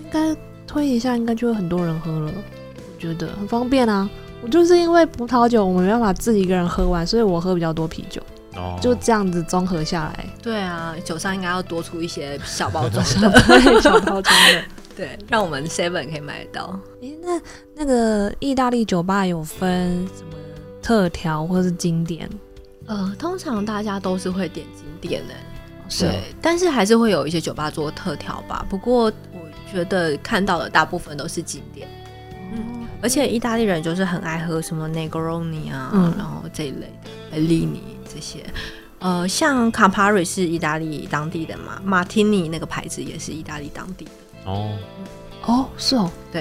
Speaker 2: 应该推一下，应该就会很多人喝了。我觉得很方便啊。我就是因为葡萄酒我没办法自己一个人喝完，所以我喝比较多啤酒，
Speaker 3: 哦，
Speaker 2: 就这样子综合下 [LAUGHS] 来，
Speaker 1: 对啊，酒商应该要多出一 [LAUGHS] 些小包装
Speaker 2: 小
Speaker 1: [LAUGHS] 的，
Speaker 2: 小包装的。
Speaker 1: 对，让我们 Seven 可以买得到。
Speaker 2: [LAUGHS] 诶，那那个意大利酒吧有分什么特调或是经典？
Speaker 1: 呃，通常大家都是会点景点的，
Speaker 2: 是
Speaker 1: 对，但是还是会有一些酒吧做特调吧。不过我觉得看到的大部分都是景点，
Speaker 2: 嗯，
Speaker 1: 而且意大利人就是很爱喝什么 Negroni 啊，
Speaker 2: 嗯
Speaker 1: 然后这一类的贝利尼这些。呃，像 Campari 是意大利当地的嘛，Martini 那个牌子也是意大利当地的。
Speaker 3: 哦，
Speaker 2: 哦，是哦，
Speaker 3: 所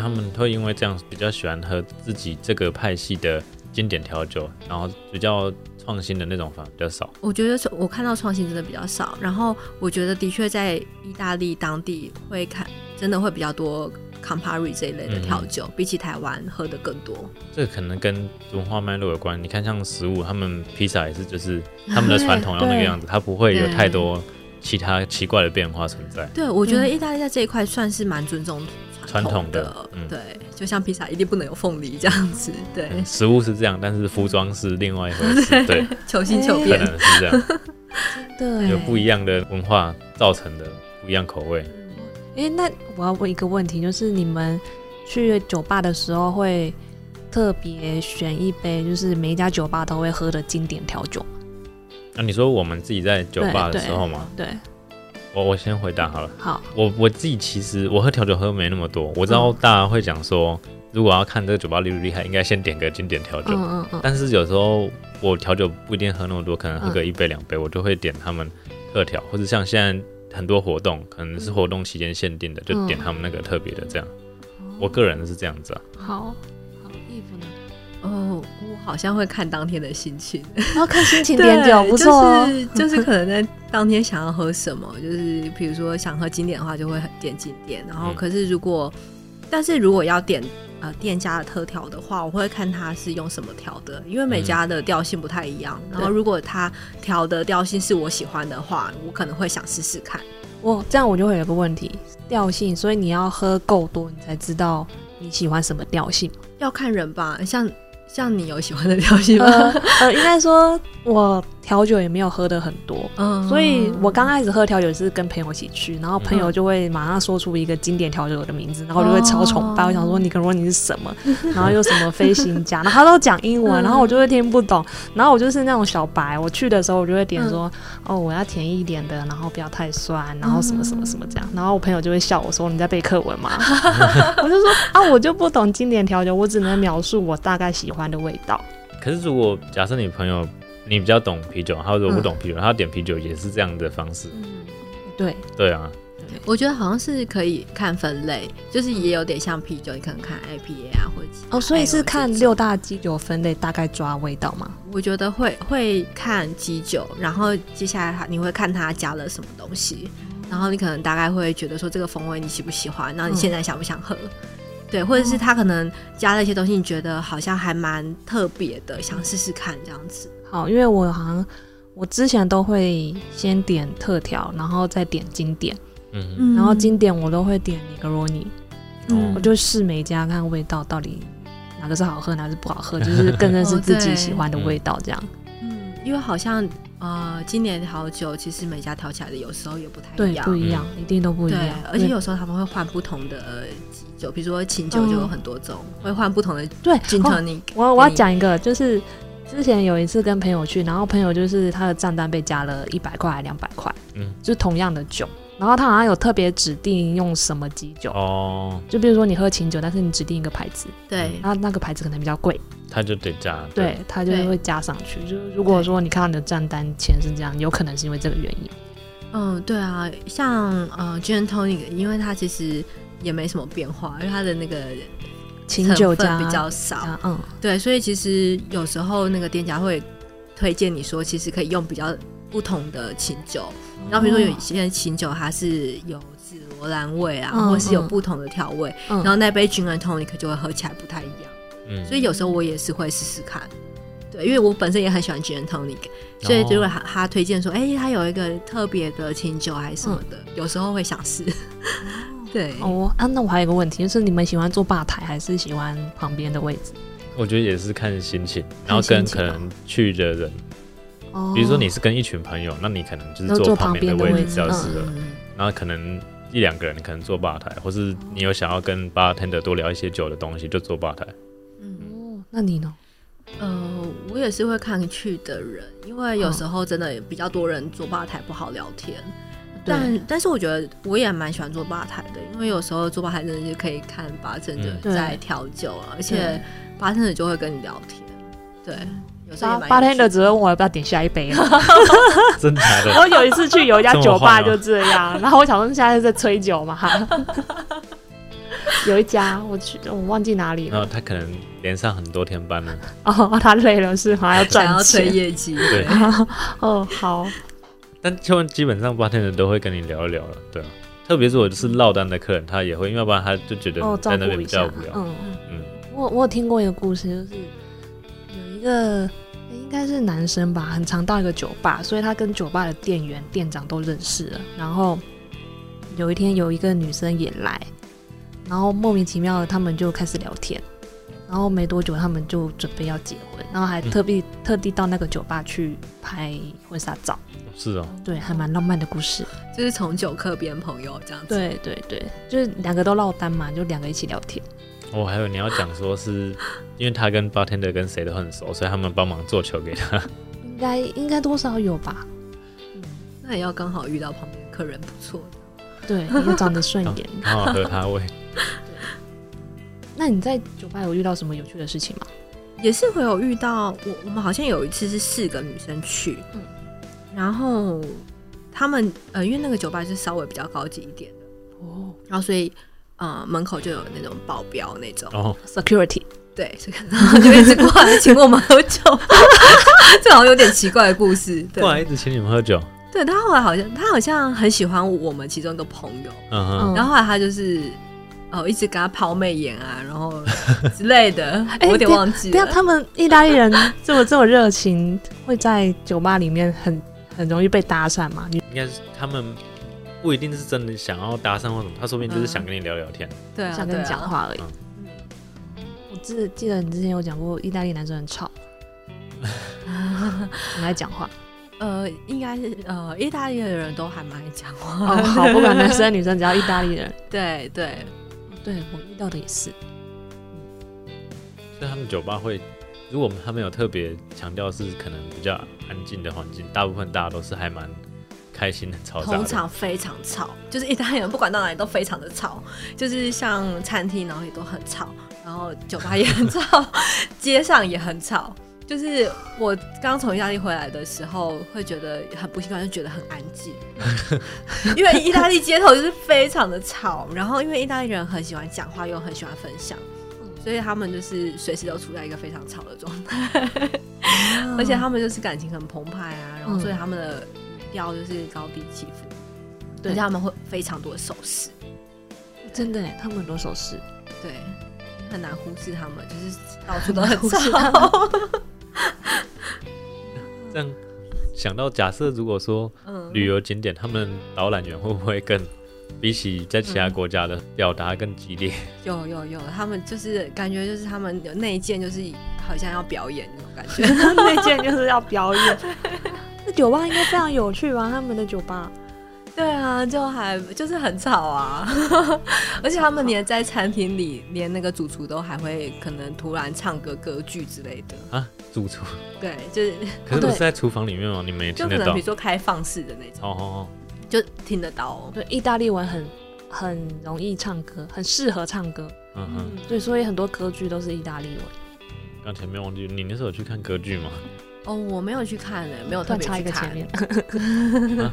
Speaker 3: 以他们会因为这样比较喜欢喝自己这个派系的经典调酒，然后比较创新的那种反而比较少。
Speaker 1: 我觉得是我看到创新真的比较少，然后我觉得的确在意大利当地会看，真的会比较多 Campari 这一类的调酒，比起台湾喝的更多。
Speaker 3: 这可能跟文化脉络有关。你看，像食物，他们披萨也是就是
Speaker 2: 啊
Speaker 3: 他们的传统要那个样子，它不会有太多其他奇怪的变化存在。
Speaker 1: 对，我觉得意大利在这一块算是蛮尊重嗯传统
Speaker 3: 传统的嗯
Speaker 1: 对，就像披萨一定不能有凤梨这样子，对， [LAUGHS]
Speaker 3: 嗯食物是这样，但是服装是另外一回
Speaker 2: [LAUGHS]
Speaker 3: 事。对，
Speaker 1: 求新求
Speaker 3: 可
Speaker 1: 变。
Speaker 3: 能是这样，
Speaker 2: 对，
Speaker 3: 有不一样的文化造成的不一样口味。
Speaker 2: 诶，那我要问一个问题，就是你们去酒吧的时候会特别选一杯，就是每一家酒吧都会喝的经典调酒吗？
Speaker 3: 那、啊你说我们自己在酒吧的时候嘛，
Speaker 2: 对，
Speaker 3: 我我先回答好了。
Speaker 2: 好，嗯
Speaker 3: 我我自己其实我喝调酒喝没那么多，我知道大家会讲说如果要看这个酒吧厉不厉害，应该先点个经典调酒。
Speaker 2: 嗯嗯嗯，
Speaker 3: 但是有时候我调酒不一定喝那么多，可能喝个一杯两杯，我就会点他们特调，或者像现在很多活动，可能是活动期间限定的，就点他们那个特别的这样。我个人是这样子啊，
Speaker 2: 嗯好好衣服 [LAUGHS] 呢，
Speaker 1: 哦，我好像会看当天的心情，
Speaker 2: 然后看心情点酒，不错哦。
Speaker 1: 就是就是可能
Speaker 2: [LAUGHS]
Speaker 1: 在当天想要喝什么，就是比如说想喝经典的话，就会点经典。然后
Speaker 3: 嗯
Speaker 1: 可是如果，但是如果要点呃店家的特调的话，我会看它是用什么调的，因为每家的调性不太一样。然后
Speaker 2: 对
Speaker 1: 如果它调的调性是我喜欢的话，我可能会想试试看。
Speaker 2: 我这样我就会有一个问题，调性，所以你要喝够多，你才知道你喜欢什么调 [LAUGHS] 性。
Speaker 1: 要看人吧，像像你有喜欢的调性吗？
Speaker 2: 呃呃，应该说我调酒也没有喝的很多，
Speaker 1: [LAUGHS] 嗯，
Speaker 2: 所以我刚开始喝调酒是跟朋友一起去，然后朋友就会马上说出一个经典调酒的名字，然后我就会超崇拜。
Speaker 1: 哦
Speaker 2: 我想说你跟我说你是什么，然后又什么飞行家，然后他都讲英
Speaker 1: 嗯
Speaker 2: 文，然后我就会听不懂。然后我就是那种小白，我去的时候我就会点说，哦，我要甜一点的，然后不要太酸，然后什么什么什么这样。然后我朋友就会笑我说你在背课文吗？ [LAUGHS] 我就说啊，我就不懂经典调酒，我只能描述我大概喜欢的味道。
Speaker 3: 可是如果假设你朋友你比较懂啤酒，他如果不懂啤酒，他点啤酒也是这样的方式。
Speaker 1: 嗯
Speaker 2: 对，
Speaker 3: 对啊，
Speaker 1: 我觉得好像是可以看分类，就是也有点像啤酒，你可能看 IPA 啊，或者其他
Speaker 2: 哦，所以
Speaker 1: ale
Speaker 2: 是看
Speaker 1: 这种
Speaker 2: 六大基酒分类大概抓味道吗？
Speaker 1: 我觉得会会看基酒，然后接下来它你会看它加了什么东西，然后你可能大概会觉得说这个风味你喜不喜欢，然后你现在想不想喝？
Speaker 2: 嗯
Speaker 1: 对，或者是它可能加了一些东西，你觉得好像还蛮特别的，想试试看这样子。
Speaker 2: 好，因为我好像我之前都会先点特调，然后再点经典，
Speaker 3: 嗯，
Speaker 1: 嗯
Speaker 2: 然后经典我都会点尼格罗尼，
Speaker 3: 嗯
Speaker 2: 我就试每家看味道到底哪个是好喝，哪个是不好喝，
Speaker 3: [LAUGHS]
Speaker 2: 就是更认
Speaker 1: 哦
Speaker 2: 识自己喜欢的味道这样。
Speaker 1: 嗯，因为好像呃，今年调酒其实每家调起来的有时候也不太一
Speaker 2: 对，
Speaker 1: 样，
Speaker 2: 不一
Speaker 3: 嗯
Speaker 2: 样，一定都不一
Speaker 1: 对
Speaker 2: 样，。嗯
Speaker 1: 而且
Speaker 2: 对
Speaker 1: 有时候他们会换不同的基酒，比如说琴酒就有很多种，会换不同的
Speaker 2: 对，
Speaker 1: gin
Speaker 2: 哦
Speaker 1: tonic 给你。
Speaker 2: 我我要讲一个，就是之前有一次跟朋友去，然后朋友就是他的账单被加了一百块还两百块，
Speaker 3: 嗯
Speaker 2: 就是同样的酒，然后他好像有特别指定用什么基酒，
Speaker 3: 哦，
Speaker 2: 就比如说你喝琴酒，但是你指定一个牌子，
Speaker 1: 对，
Speaker 2: 那那个牌子可能比较贵，
Speaker 3: 他就得加
Speaker 2: 对，它就
Speaker 1: 对
Speaker 2: 会加上去。就是如果说你看到你的账单前是这样，有可能是因为这个原因。
Speaker 1: 嗯，对啊，像呃 gin tonic，因为它其实也没什么变化，因为它的那个
Speaker 2: 琴酒
Speaker 1: 成
Speaker 2: 加
Speaker 1: 分比较少，
Speaker 2: 加嗯，
Speaker 1: 对，所以其实有时候那个店家会推荐你说，其实可以用比较不同的琴酒，然后比如说有一些琴酒它是有紫罗兰味啊，
Speaker 2: 嗯
Speaker 1: 或是有
Speaker 2: 嗯
Speaker 1: 不同的调味，
Speaker 2: 嗯
Speaker 1: 然后那杯 gin and tonic 就会喝起来不太一样。
Speaker 3: 嗯，
Speaker 1: 所以有时候我也是会试试看。对，因为我本身也很喜欢 gin and tonic，所
Speaker 3: 哦
Speaker 1: 以如果他他推荐说，哎、他有一个特别的清酒还是什么的，
Speaker 3: 嗯
Speaker 1: 有时候会想试。对，
Speaker 2: 哦啊，那我还有一个问题，就是你们喜欢坐吧台还是喜欢旁边的位置？
Speaker 3: 我觉得也是看心情，然
Speaker 2: 看
Speaker 3: 后跟
Speaker 2: 心情
Speaker 3: 可能去的人，
Speaker 2: 哦，
Speaker 3: 比如说你是跟一群朋友，那你可能就
Speaker 2: 那
Speaker 3: 是
Speaker 2: 坐
Speaker 3: 坐
Speaker 2: 旁边
Speaker 3: 边
Speaker 2: 的
Speaker 3: 位置
Speaker 2: 位
Speaker 3: 比
Speaker 2: 置
Speaker 3: 较
Speaker 2: 嗯
Speaker 3: 适合，然后可能一两个人可能坐吧台，或是你有想要跟 bartender 多聊一些酒的东西，就坐吧台。
Speaker 1: 嗯，
Speaker 2: 哦，那你呢？
Speaker 1: 呃，我也是会看去的人，因为有时候真的比较多人坐吧台不好聊天。
Speaker 2: 对
Speaker 1: 但但是我觉得我也蛮喜欢坐吧台的，因为有时候坐吧台真的是可以看八阵的
Speaker 3: 嗯
Speaker 2: 对
Speaker 1: 在调酒啊，而且
Speaker 2: 对嗯
Speaker 1: 八阵的就会跟你聊天。对，有时候
Speaker 2: 八
Speaker 1: 也蛮有
Speaker 2: 八天的
Speaker 1: 趣
Speaker 2: 只会问我要不要点下一杯。
Speaker 3: [LAUGHS]
Speaker 2: 啊 [LAUGHS]
Speaker 3: 真的假
Speaker 2: 然
Speaker 3: 的？
Speaker 2: 后有一次去有一家
Speaker 3: 这么啊
Speaker 2: 酒吧
Speaker 3: 坏吗
Speaker 2: 就这样，然后我想说现在是在吹酒嘛，哈有一家我去我忘记哪里
Speaker 3: [LAUGHS] 然后
Speaker 2: 了，
Speaker 3: 他可能连上很多天班了，
Speaker 2: 哦，他累了是吗？要
Speaker 1: 想要
Speaker 2: 赚
Speaker 1: 吹
Speaker 2: 钱
Speaker 1: 业绩。
Speaker 3: 对。
Speaker 2: 哦，好，
Speaker 3: 但就基本上 bartender 都会跟你聊一聊了，对啊。特别是我就是落单的客人，他也会，因为要不然他就觉得
Speaker 2: 哦，
Speaker 3: 你
Speaker 2: 照
Speaker 3: 在那
Speaker 2: 顾
Speaker 3: 边
Speaker 2: 一
Speaker 3: 比
Speaker 2: 下
Speaker 3: 较无，聊。
Speaker 2: 嗯
Speaker 3: 嗯
Speaker 2: 我我有听过一个故事，就是有一个诶应该是男生吧，很常到一个酒吧，所以他跟酒吧的店员、店长都认识了。然后有一天有一个女生也来，然后莫名其妙的他们就开始聊天，然后没多久他们就准备要结婚，然后
Speaker 3: 嗯
Speaker 2: 还特地、特地到那个酒吧去拍婚纱照，
Speaker 3: 是哦，
Speaker 2: 对，还蛮浪漫的故事。
Speaker 1: 就是从酒客变朋友这样子。，
Speaker 2: 对对对，就是两个都落单嘛，就两个一起聊天。
Speaker 3: 我哦还有你要讲说是因为他跟 bartender 跟谁都很熟，所以他们帮忙做球给他。
Speaker 2: 应该应该多少有吧，
Speaker 1: 那也要刚好遇到旁边的客人不错。
Speaker 2: [LAUGHS] 对，又长得顺眼，
Speaker 3: 刚好合他位。
Speaker 2: 那你在酒吧有遇到什么有趣的事情吗？
Speaker 1: 也是会有遇到我，我们好像有一次是四个女生去，
Speaker 2: 嗯
Speaker 1: 然后她们呃，因为那个酒吧就是稍微比较高级一点的，
Speaker 2: 哦
Speaker 1: 然后所以呃门口就有那种保镖那种，
Speaker 2: [LAUGHS]
Speaker 3: 哦，
Speaker 2: ，security，
Speaker 1: 对，所以然后就一直过来请我们喝酒， [LAUGHS] 这好像有点奇怪的故事，
Speaker 3: 过
Speaker 1: 对，
Speaker 3: 来一直请你们喝酒，
Speaker 1: 对他后来好像他好像很喜欢我们其中一个朋友，
Speaker 3: 嗯哼，
Speaker 1: 然后后来他就是。哦，一直给他抛媚眼啊，然后之类 [LAUGHS] 的，我有点忘记
Speaker 2: 对啊，
Speaker 1: 了。
Speaker 2: 他们意大利人 [LAUGHS] 这么这么热情，会在酒吧里面很很容易被搭讪嘛？你
Speaker 3: 应该是他们不一定是真的想要搭讪或什么，他说不定就是想跟你聊聊天。
Speaker 1: 对啊，
Speaker 2: 想跟你
Speaker 1: 对啊
Speaker 2: 讲话而已。
Speaker 1: 嗯
Speaker 2: 我记记得你之前有讲过，意大利男生很吵，很爱讲 [LAUGHS] 话。
Speaker 1: [LAUGHS] 呃，应该是呃，意大利的人都还蛮爱讲 [LAUGHS] 话。
Speaker 2: 哦，好，不管男生女生，只要意大利人，
Speaker 1: 对对，
Speaker 2: 对我遇到的也是。
Speaker 3: 所以他们酒吧会，如果他们有特别强调是可能比较安静的环境，大部分大家都是还蛮开心的嘈杂
Speaker 1: 通
Speaker 3: 的。
Speaker 1: 常非常吵，就是意大利人不管到哪里都非常的吵，就是像餐厅，然后也都很吵，然后酒吧也很吵， [LAUGHS] 街上也很吵。就是我刚从意大利回来的时候，会觉得很不习惯，就觉得很安静， [LAUGHS] 因为意大利街头就是非常的吵。然后，因为意大利人很喜欢讲话，又很喜欢分享，所以他们就是随时都处在一个非常吵的状态。 [LAUGHS] 而且他们就是感情很澎湃啊，然后
Speaker 2: 啊嗯
Speaker 1: 所以他们的语调就是高低起伏，
Speaker 2: 对
Speaker 1: 而且他们会非常多的手势，
Speaker 2: 真的耶，他们很多手势。
Speaker 1: 对，很难忽视他们，就是到处都很
Speaker 2: 忽视他 [LAUGHS]
Speaker 1: 吵， [LAUGHS]
Speaker 3: 这样想到，假设如果说
Speaker 1: 嗯，
Speaker 3: 旅游景点，他们导览员会不会更比起在其他国家的表达更激烈？
Speaker 1: 有有有，他们就是感觉就是他们有内建，就是好像要表演那种感
Speaker 2: [LAUGHS]
Speaker 1: 觉，
Speaker 2: [LAUGHS] 那件就是要表演。 [LAUGHS] 那酒吧应该非常有趣吧？他们的酒吧，
Speaker 1: 对啊，就还就是很吵啊， [LAUGHS] 而且他们连在餐厅里，连那个主厨都还会可能突然唱歌歌剧之类的，
Speaker 3: [LAUGHS] 啊，主厨，
Speaker 1: 对，就是
Speaker 3: 可是不
Speaker 2: 对
Speaker 3: 是在厨房里面吗？你们也
Speaker 1: 哦就可
Speaker 3: 听得
Speaker 1: 能
Speaker 3: 到
Speaker 1: 比如？说开放式的那种。
Speaker 3: 哦哦
Speaker 1: 就听得到、哦。
Speaker 2: 对，意大利文很很容易唱歌，很适合唱歌。
Speaker 3: 哦，嗯哼，
Speaker 2: 对，所以很多歌剧都是意大利文。
Speaker 3: 刚前面忘记，你那时候有去看歌剧吗？
Speaker 1: 哦，我没有去看呢、没有
Speaker 2: 突
Speaker 1: 哦特
Speaker 2: 然
Speaker 1: 别
Speaker 2: 插
Speaker 1: 去
Speaker 2: 一个前
Speaker 1: 看。
Speaker 2: 面，
Speaker 3: 啊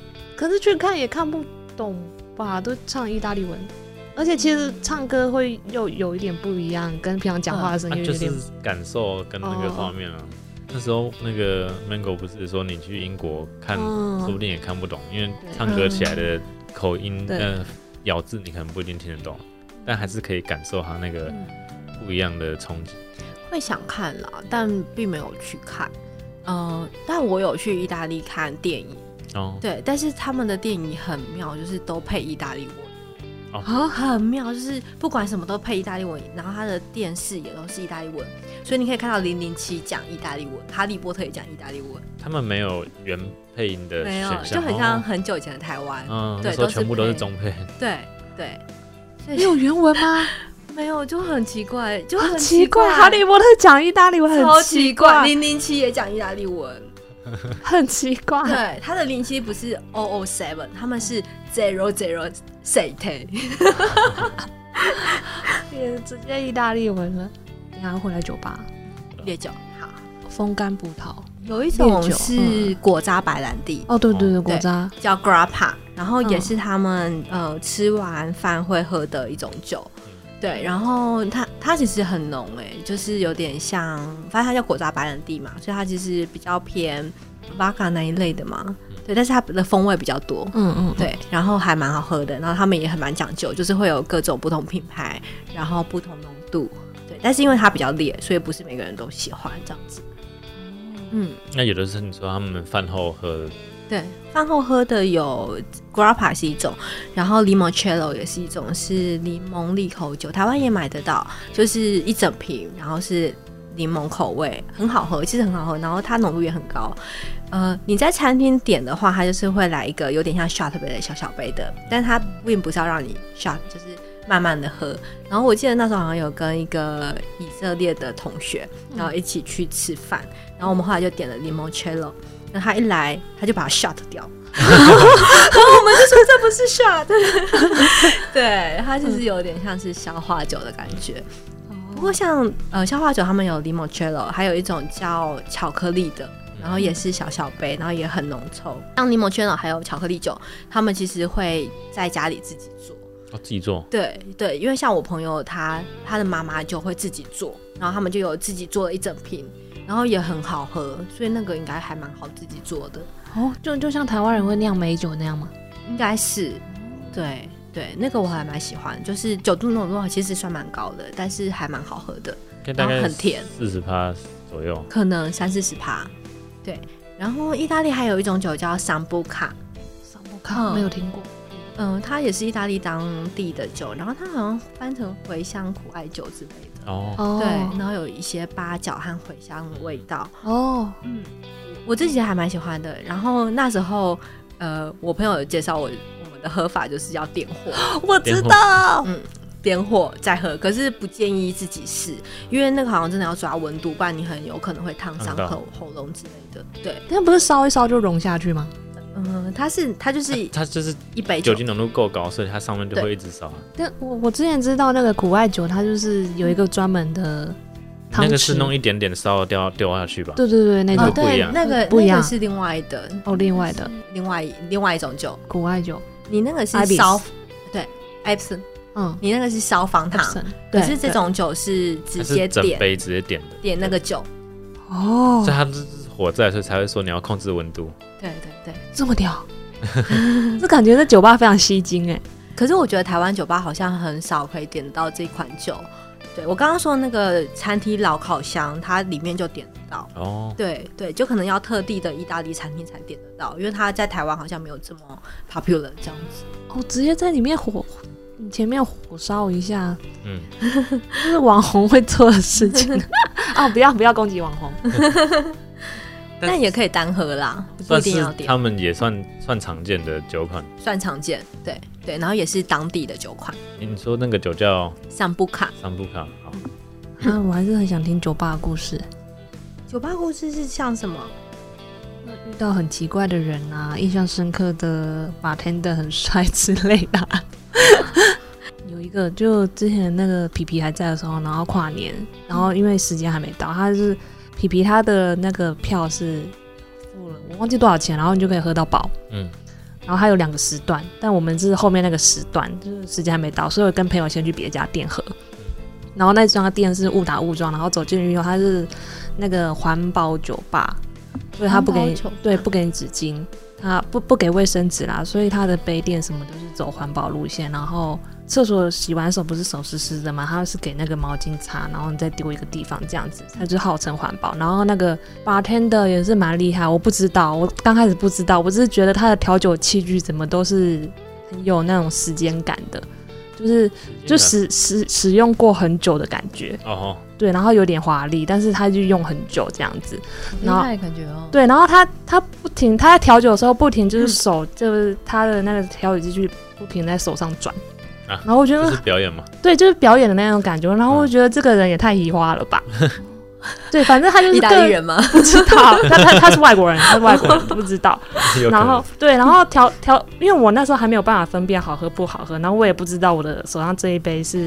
Speaker 2: [LAUGHS] 可是去看也看不懂吧？都唱意大利文，而且其实
Speaker 1: 嗯
Speaker 2: 唱歌会又有一点不一样，跟平常讲话的声
Speaker 3: 啊、
Speaker 2: 音
Speaker 3: 就
Speaker 2: 有
Speaker 3: 是
Speaker 2: 点。
Speaker 3: 感受跟那
Speaker 1: 哦
Speaker 3: 个画面啊。那时候那个 Mango 不是说你去英国看，说不
Speaker 2: 嗯，
Speaker 3: 定也看不懂，因为
Speaker 1: 对嗯
Speaker 3: 唱歌起来的口音、
Speaker 2: 对
Speaker 3: 呃咬字你可能不一定听得懂，但还是可以感受它那个
Speaker 1: 嗯
Speaker 3: 不一样的冲击。
Speaker 1: 会想看啦，但并没有去看。呃，但我有去意大利看电影，
Speaker 3: 哦，
Speaker 1: 对，但是他们的电影很妙，就是都配意大利文。
Speaker 3: 哦
Speaker 1: 啊，很妙，就是不管什么都配意大利文，然后它的电视也都是意大利文，所以你可以看到《零零七》讲意大利文，《哈利波特》也讲意大利文，
Speaker 3: 他们没有原配音的
Speaker 1: 没
Speaker 3: 选
Speaker 1: 有，
Speaker 3: 项，
Speaker 1: 就很像
Speaker 3: 哦
Speaker 1: 很久以前的台湾。
Speaker 3: 嗯，
Speaker 1: 对
Speaker 3: 那时候
Speaker 1: 都是
Speaker 3: 全部都是
Speaker 1: 配
Speaker 3: 中配，
Speaker 1: 对对，
Speaker 2: 没有原文吗？
Speaker 1: 没有就很奇啊怪，就 [LAUGHS] 很
Speaker 2: 很奇怪，哈利波特讲意大利文
Speaker 1: 超
Speaker 2: 很
Speaker 1: 奇怪，
Speaker 2: 怪，
Speaker 1: 零零七也讲意大利文，
Speaker 2: 很奇怪。
Speaker 1: 对，他的零七不是 O O seven，他们是 zero zero sete，
Speaker 2: [LAUGHS] 也直接意大利文了。你还回来酒吧？
Speaker 1: 烈酒。好，
Speaker 2: 风干葡萄。
Speaker 1: 有一
Speaker 2: 种
Speaker 1: 种是
Speaker 2: 是
Speaker 1: 果渣白兰地，
Speaker 2: 哦，对对对，
Speaker 3: 哦
Speaker 2: 果渣。
Speaker 1: 叫 grappa，然后也是他们、呃吃完饭会喝的一种酒。对，然后它它其实很浓诶、就是有点像，反正它叫果渣白兰地嘛，所以它其实比较偏 vodka 那一类的嘛。对，但是它的风味比较多。
Speaker 2: 嗯嗯，
Speaker 1: 对，然后还蛮好喝的，然后他们也很蛮讲究，就是会有各种不同品牌，然后不同浓度，对。但是因为它比较烈，所以不是每个人都喜欢这样子。嗯，
Speaker 3: 那有的是你说他们饭后喝的，
Speaker 1: 对。饭后喝的有 grappa 是一种，然后 limoncello 也是一种，是柠檬利口酒，台湾也买得到，就是一整瓶，然后是柠檬口味，很好喝，其实很好喝，然后它浓度也很高。呃，你在餐厅点的话，它就是会来一个有点像 shot 杯的小小杯的，但它并不是要让你 shot，就是慢慢的喝。然后我记得那时候好像有跟一个以色列的同学，然后一起去吃饭，然后我们后来就点了 limoncello，那他一来他就把它 shot 掉，然后我们就说这不是 shot，对，它其实有点像是消化酒的感觉。
Speaker 2: 哦
Speaker 1: 不过像呃消化酒，他们有 limoncello，还有一种叫巧克力的，然后也是小小杯，然后也很浓稠。像 limoncello 还有巧克力酒，他们其实会在家里自己做。
Speaker 3: 哦自己做，
Speaker 1: 对对，因为像我朋友他他的妈妈就会自己做，然后他们就有自己做了一整瓶，然后也很好喝，所以那个应该还蛮好自己做的，
Speaker 2: 哦，就就像台湾人会酿美酒那样吗？
Speaker 1: 应该是，对对，那个我还蛮喜欢，就是酒度浓度其实算蛮高的，但是还蛮好喝的，
Speaker 3: 应该大
Speaker 1: 然
Speaker 3: 概
Speaker 1: 后很甜，
Speaker 3: 四十趴左右。
Speaker 1: 可能三四十趴，对。然后意大利还有一种酒叫桑布卡，
Speaker 2: 萨摩卡
Speaker 1: 嗯
Speaker 2: 没有听过，
Speaker 1: 嗯、它也是意大利当地的酒，然后它好像翻成茴香苦艾酒之类的。
Speaker 3: 哦，
Speaker 2: 哦
Speaker 1: 对，然后有一些八角和茴香的味道，
Speaker 2: 哦，
Speaker 1: 我自己还蛮喜欢的。然后那时候，呃，我朋友有介绍我我们的喝法就是要点火，
Speaker 2: 我
Speaker 3: 知
Speaker 2: 道，
Speaker 1: 点火再喝，可是不建议自己试，因为那个好像真的要抓温度，不然你很有可能会烫伤
Speaker 3: 烫到
Speaker 1: 喉喉咙之类的。对，
Speaker 2: 那不是烧一烧就融下去吗？
Speaker 1: 嗯，它是它就是
Speaker 3: 它它就是
Speaker 1: 一杯酒
Speaker 3: 酒，精浓度够高，所以它上面就会一直烧啊。
Speaker 2: 但我我之前知道那个苦艾酒，它就是有一个专门的汤匙，
Speaker 3: 那个是弄一点点烧掉掉下去吧？
Speaker 2: 对对对，那
Speaker 3: 哦
Speaker 2: 种
Speaker 3: 不一
Speaker 1: 对，
Speaker 3: 样
Speaker 1: 那个
Speaker 2: 不一样
Speaker 1: 那个是另外的，
Speaker 2: 哦，另外的
Speaker 1: 另外另外一种酒，
Speaker 2: 苦艾酒，
Speaker 1: 你那个是
Speaker 2: Ibis
Speaker 1: 烧，对 e p s o n
Speaker 2: 嗯，
Speaker 1: 你那个是烧防糖，
Speaker 2: Epson，
Speaker 1: 可
Speaker 2: 对
Speaker 1: 是这种酒是直
Speaker 3: 它
Speaker 1: 接
Speaker 3: 是整
Speaker 1: 点
Speaker 3: 杯直接点的，
Speaker 1: 点那个酒，
Speaker 2: 对哦
Speaker 3: 所以，它是火在，所以才会说你要控制温度。
Speaker 1: 对对对。
Speaker 2: 这么 [LAUGHS] 屌，这感觉在酒吧非常吸睛哎，
Speaker 1: 可是我觉得台湾酒吧好像很少可以点得到这款酒。对我刚刚说那个餐厅老烤箱，它里面就点得到。
Speaker 3: 哦，
Speaker 1: 对对，就可能要特地的意大利餐厅才点得到，因为它在台湾好像没有这么 popular 这样子。
Speaker 2: 哦，直接在里面火。你前面火烧一下，
Speaker 3: 嗯，
Speaker 2: 这是网红会做的事 [LAUGHS] 情哦！不要不要攻击网红，
Speaker 3: 但
Speaker 1: 但也可以单喝啦，不一
Speaker 3: 但
Speaker 1: 定
Speaker 3: 是
Speaker 1: 要点
Speaker 3: 他，们也算算常见的酒款。
Speaker 1: 算常见。对对，然后也是当地的酒款，
Speaker 3: 你说那个酒叫
Speaker 1: 上布卡。
Speaker 3: 桑布卡，
Speaker 2: [LAUGHS]
Speaker 3: 好，
Speaker 2: 啊，我还是很想听酒吧的故事。
Speaker 1: 酒吧故事是像什么？
Speaker 2: 遇到很奇怪的人啊，印象深刻的 bartender 很帅之类的 [LAUGHS] 啊、有一个，就之前那个皮皮还在的时候，然后跨年，然后因为时间还没到，他是皮皮他的那个票是付了，我忘记多少钱，然后你就可以喝到饱。
Speaker 3: 嗯，
Speaker 2: 然后它有两个时段，但我们是后面那个时段，就是时间还没到，所以我跟朋友先去别家店喝。然后那家店是误打误撞，然后走进去以后，它是那个环保酒吧，所以它不给
Speaker 1: 环保
Speaker 2: 你
Speaker 1: 酒吧
Speaker 2: 对不给你纸巾，它不不给卫生纸啦，所以它的杯垫什么都是走环保路线。然后厕所洗完手不是手湿湿的嘛，它是给那个毛巾擦，然后你再丢一个地方这样子，它就号称环保。然后那个 bartender 也是蛮厉害，我不知道，我刚开始不知道，我只是觉得他的调酒器具怎么都是很有那种时间感的，就是就使使使用过很久的感觉，
Speaker 3: 哦吼，
Speaker 2: 对，然后有点华丽，但是他就用很久这样子，然后
Speaker 1: 感觉哦，
Speaker 2: 对，然后他他不停，他在调酒的时候不停，就是手、就是他的那个调酒机去不停在手上转，
Speaker 3: 啊
Speaker 2: 然后我觉得
Speaker 3: 这是啊表
Speaker 1: [LAUGHS]
Speaker 3: 演嘛？
Speaker 2: 对，就是表演的那种感觉，然后我觉得这个人也太移花了吧。
Speaker 3: [LAUGHS]
Speaker 2: 对，反正他就是
Speaker 1: 意大利
Speaker 2: 个，
Speaker 1: 人吗？
Speaker 2: 不知
Speaker 1: [LAUGHS]
Speaker 2: 道，他他他是外国人，他是外国人，不知道。
Speaker 3: 有可
Speaker 2: 然
Speaker 3: 能
Speaker 2: 后对，然后调调，因为我那时候还没有办法分辨好喝不好喝，然后我也不知道我的手上这一杯是，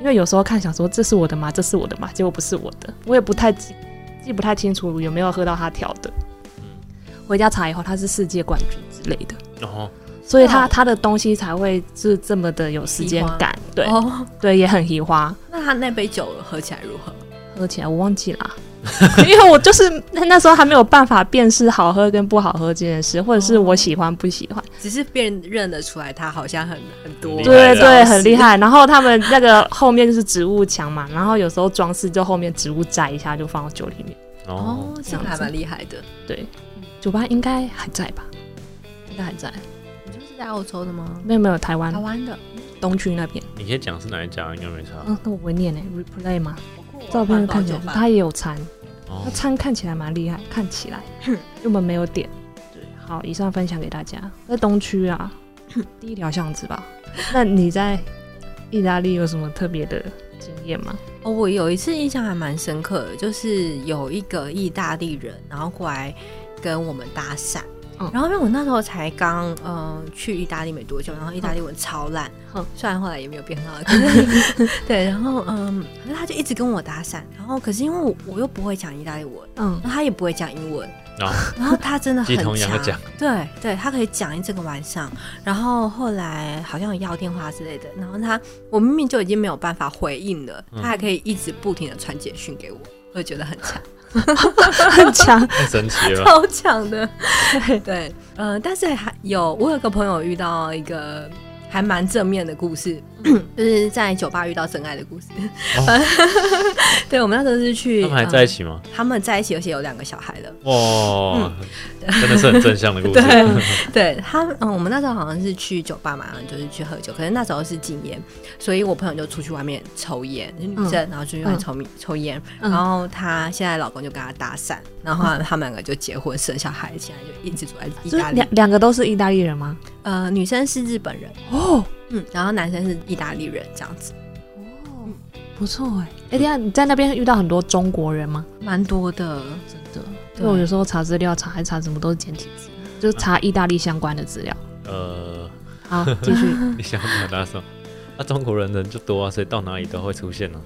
Speaker 2: 因为有时候看想说这是我的吗？这是我的吗？结果不是我的，我也不太记记不太清楚有没有喝到他调的。回家查以后，他是世界冠军之类的，
Speaker 3: 哦，
Speaker 2: 所以他、
Speaker 1: 哦
Speaker 2: 他的东西才会是这么的有时间
Speaker 1: 移花
Speaker 2: 感，对、
Speaker 1: [LAUGHS] 哦，
Speaker 2: 对，也很移花。
Speaker 1: 那他那杯酒喝起来如何？
Speaker 2: 喝起来，我忘记了，啊 [LAUGHS] 因为我就是那那时候还没有办法辨识好喝跟不好喝这件事，或者是我喜欢不喜欢。
Speaker 1: 只是辨认得出来，它好像很很多
Speaker 3: 厉害
Speaker 2: 对
Speaker 3: 啦
Speaker 2: 对，很厉害。然后他们那个后面就是植物墙嘛，然后有时候装饰就后面植物摘一下就放到酒里面。
Speaker 3: 哦，
Speaker 1: 哦，这样还蛮厉害的。
Speaker 2: 酒吧应该还在吧？应该还在，
Speaker 1: 你就是在澳洲的吗？
Speaker 2: 没有没有，台
Speaker 3: 嗯
Speaker 2: 湾
Speaker 1: 台湾的，
Speaker 2: 东区那边。
Speaker 3: 你可以讲是哪一家，应该没差。
Speaker 2: 嗯，那我会念呢，replay 嘛，照片看起来它也有餐，
Speaker 1: 嗯
Speaker 3: 哦
Speaker 2: 它，餐看起来蛮厉害，看起来，因为我们没有点。对，好，以上分享给大家，在东区啊，第一条巷子吧。那你在意大利有什么特别的经验吗？
Speaker 1: 哦，我有一次印象还蛮深刻的，就是有一个意大利人，然后过来跟我们搭讪，
Speaker 2: 嗯
Speaker 1: 然后因为我那时候才刚嗯、呃去意大利没多久，然后意大利文超烂，
Speaker 2: 嗯
Speaker 1: 虽然后来也没有变很好，可是
Speaker 3: [LAUGHS]
Speaker 1: 对，然后嗯，可是他就一直跟我搭讪，然后可是因为我我又不会讲意大利文，
Speaker 2: 嗯，
Speaker 1: 然后他也不会讲英文，
Speaker 3: 哦
Speaker 1: 然后他真的
Speaker 3: [LAUGHS] 鸡
Speaker 1: 很
Speaker 3: 同鸭
Speaker 1: 强，
Speaker 3: 讲
Speaker 1: 对对，他可以讲一整个晚上。然后后来好像有要电话之类的，然后他我明明就已经没有办法回应了，
Speaker 3: 嗯
Speaker 1: 他还可以一直不停的传简讯给我，我就觉得很
Speaker 3: [LAUGHS]
Speaker 1: 强，
Speaker 2: 很强，
Speaker 3: 太神奇
Speaker 1: [LAUGHS]
Speaker 3: 了吧。
Speaker 1: 超强
Speaker 3: [LAUGHS]
Speaker 1: 的。对，呃，但是还有我有个朋友遇到一个。还蛮正面的故事， [CLEARS THROAT] 就是在酒吧遇到真爱的故事。
Speaker 3: 嗯哦
Speaker 1: [LAUGHS] 对，我们那时候是去，
Speaker 3: 他们还
Speaker 1: 嗯
Speaker 3: 在一起吗？
Speaker 1: 他们在一起，而且有两个小孩了。
Speaker 3: 哇，真的是很正向的故事。
Speaker 1: 嗯 [LAUGHS] 对他，嗯，我们那时候好像是去酒吧嘛，就是去喝酒，可是那时候是禁烟，所以我朋友就出去外面抽烟，就女生，然后出去外面抽、抽烟，
Speaker 2: 嗯
Speaker 1: 然后她现在老公就跟她搭讪，然后后来他们两个就结婚生小孩，现在就一直住在意
Speaker 2: 就
Speaker 1: 大
Speaker 2: 是
Speaker 1: 利
Speaker 2: 两。两个都是意大利人吗？
Speaker 1: 呃，女生是日本人，
Speaker 2: 哦，
Speaker 1: 嗯，然后男生是意大利人，这样子，
Speaker 2: 不错哎，哦哎，等一下你在那边遇到很多中国人吗？
Speaker 1: 蛮多的。
Speaker 2: 真的，
Speaker 1: 对
Speaker 2: 因为我有时候查资料查一查，什么都是简体字，就是查意大利相关的资料。
Speaker 3: 呃，
Speaker 2: [LAUGHS] 好，继续
Speaker 3: [LAUGHS] 你想表达什么？那、中国人人就多啊，所以到哪里都会出现呢、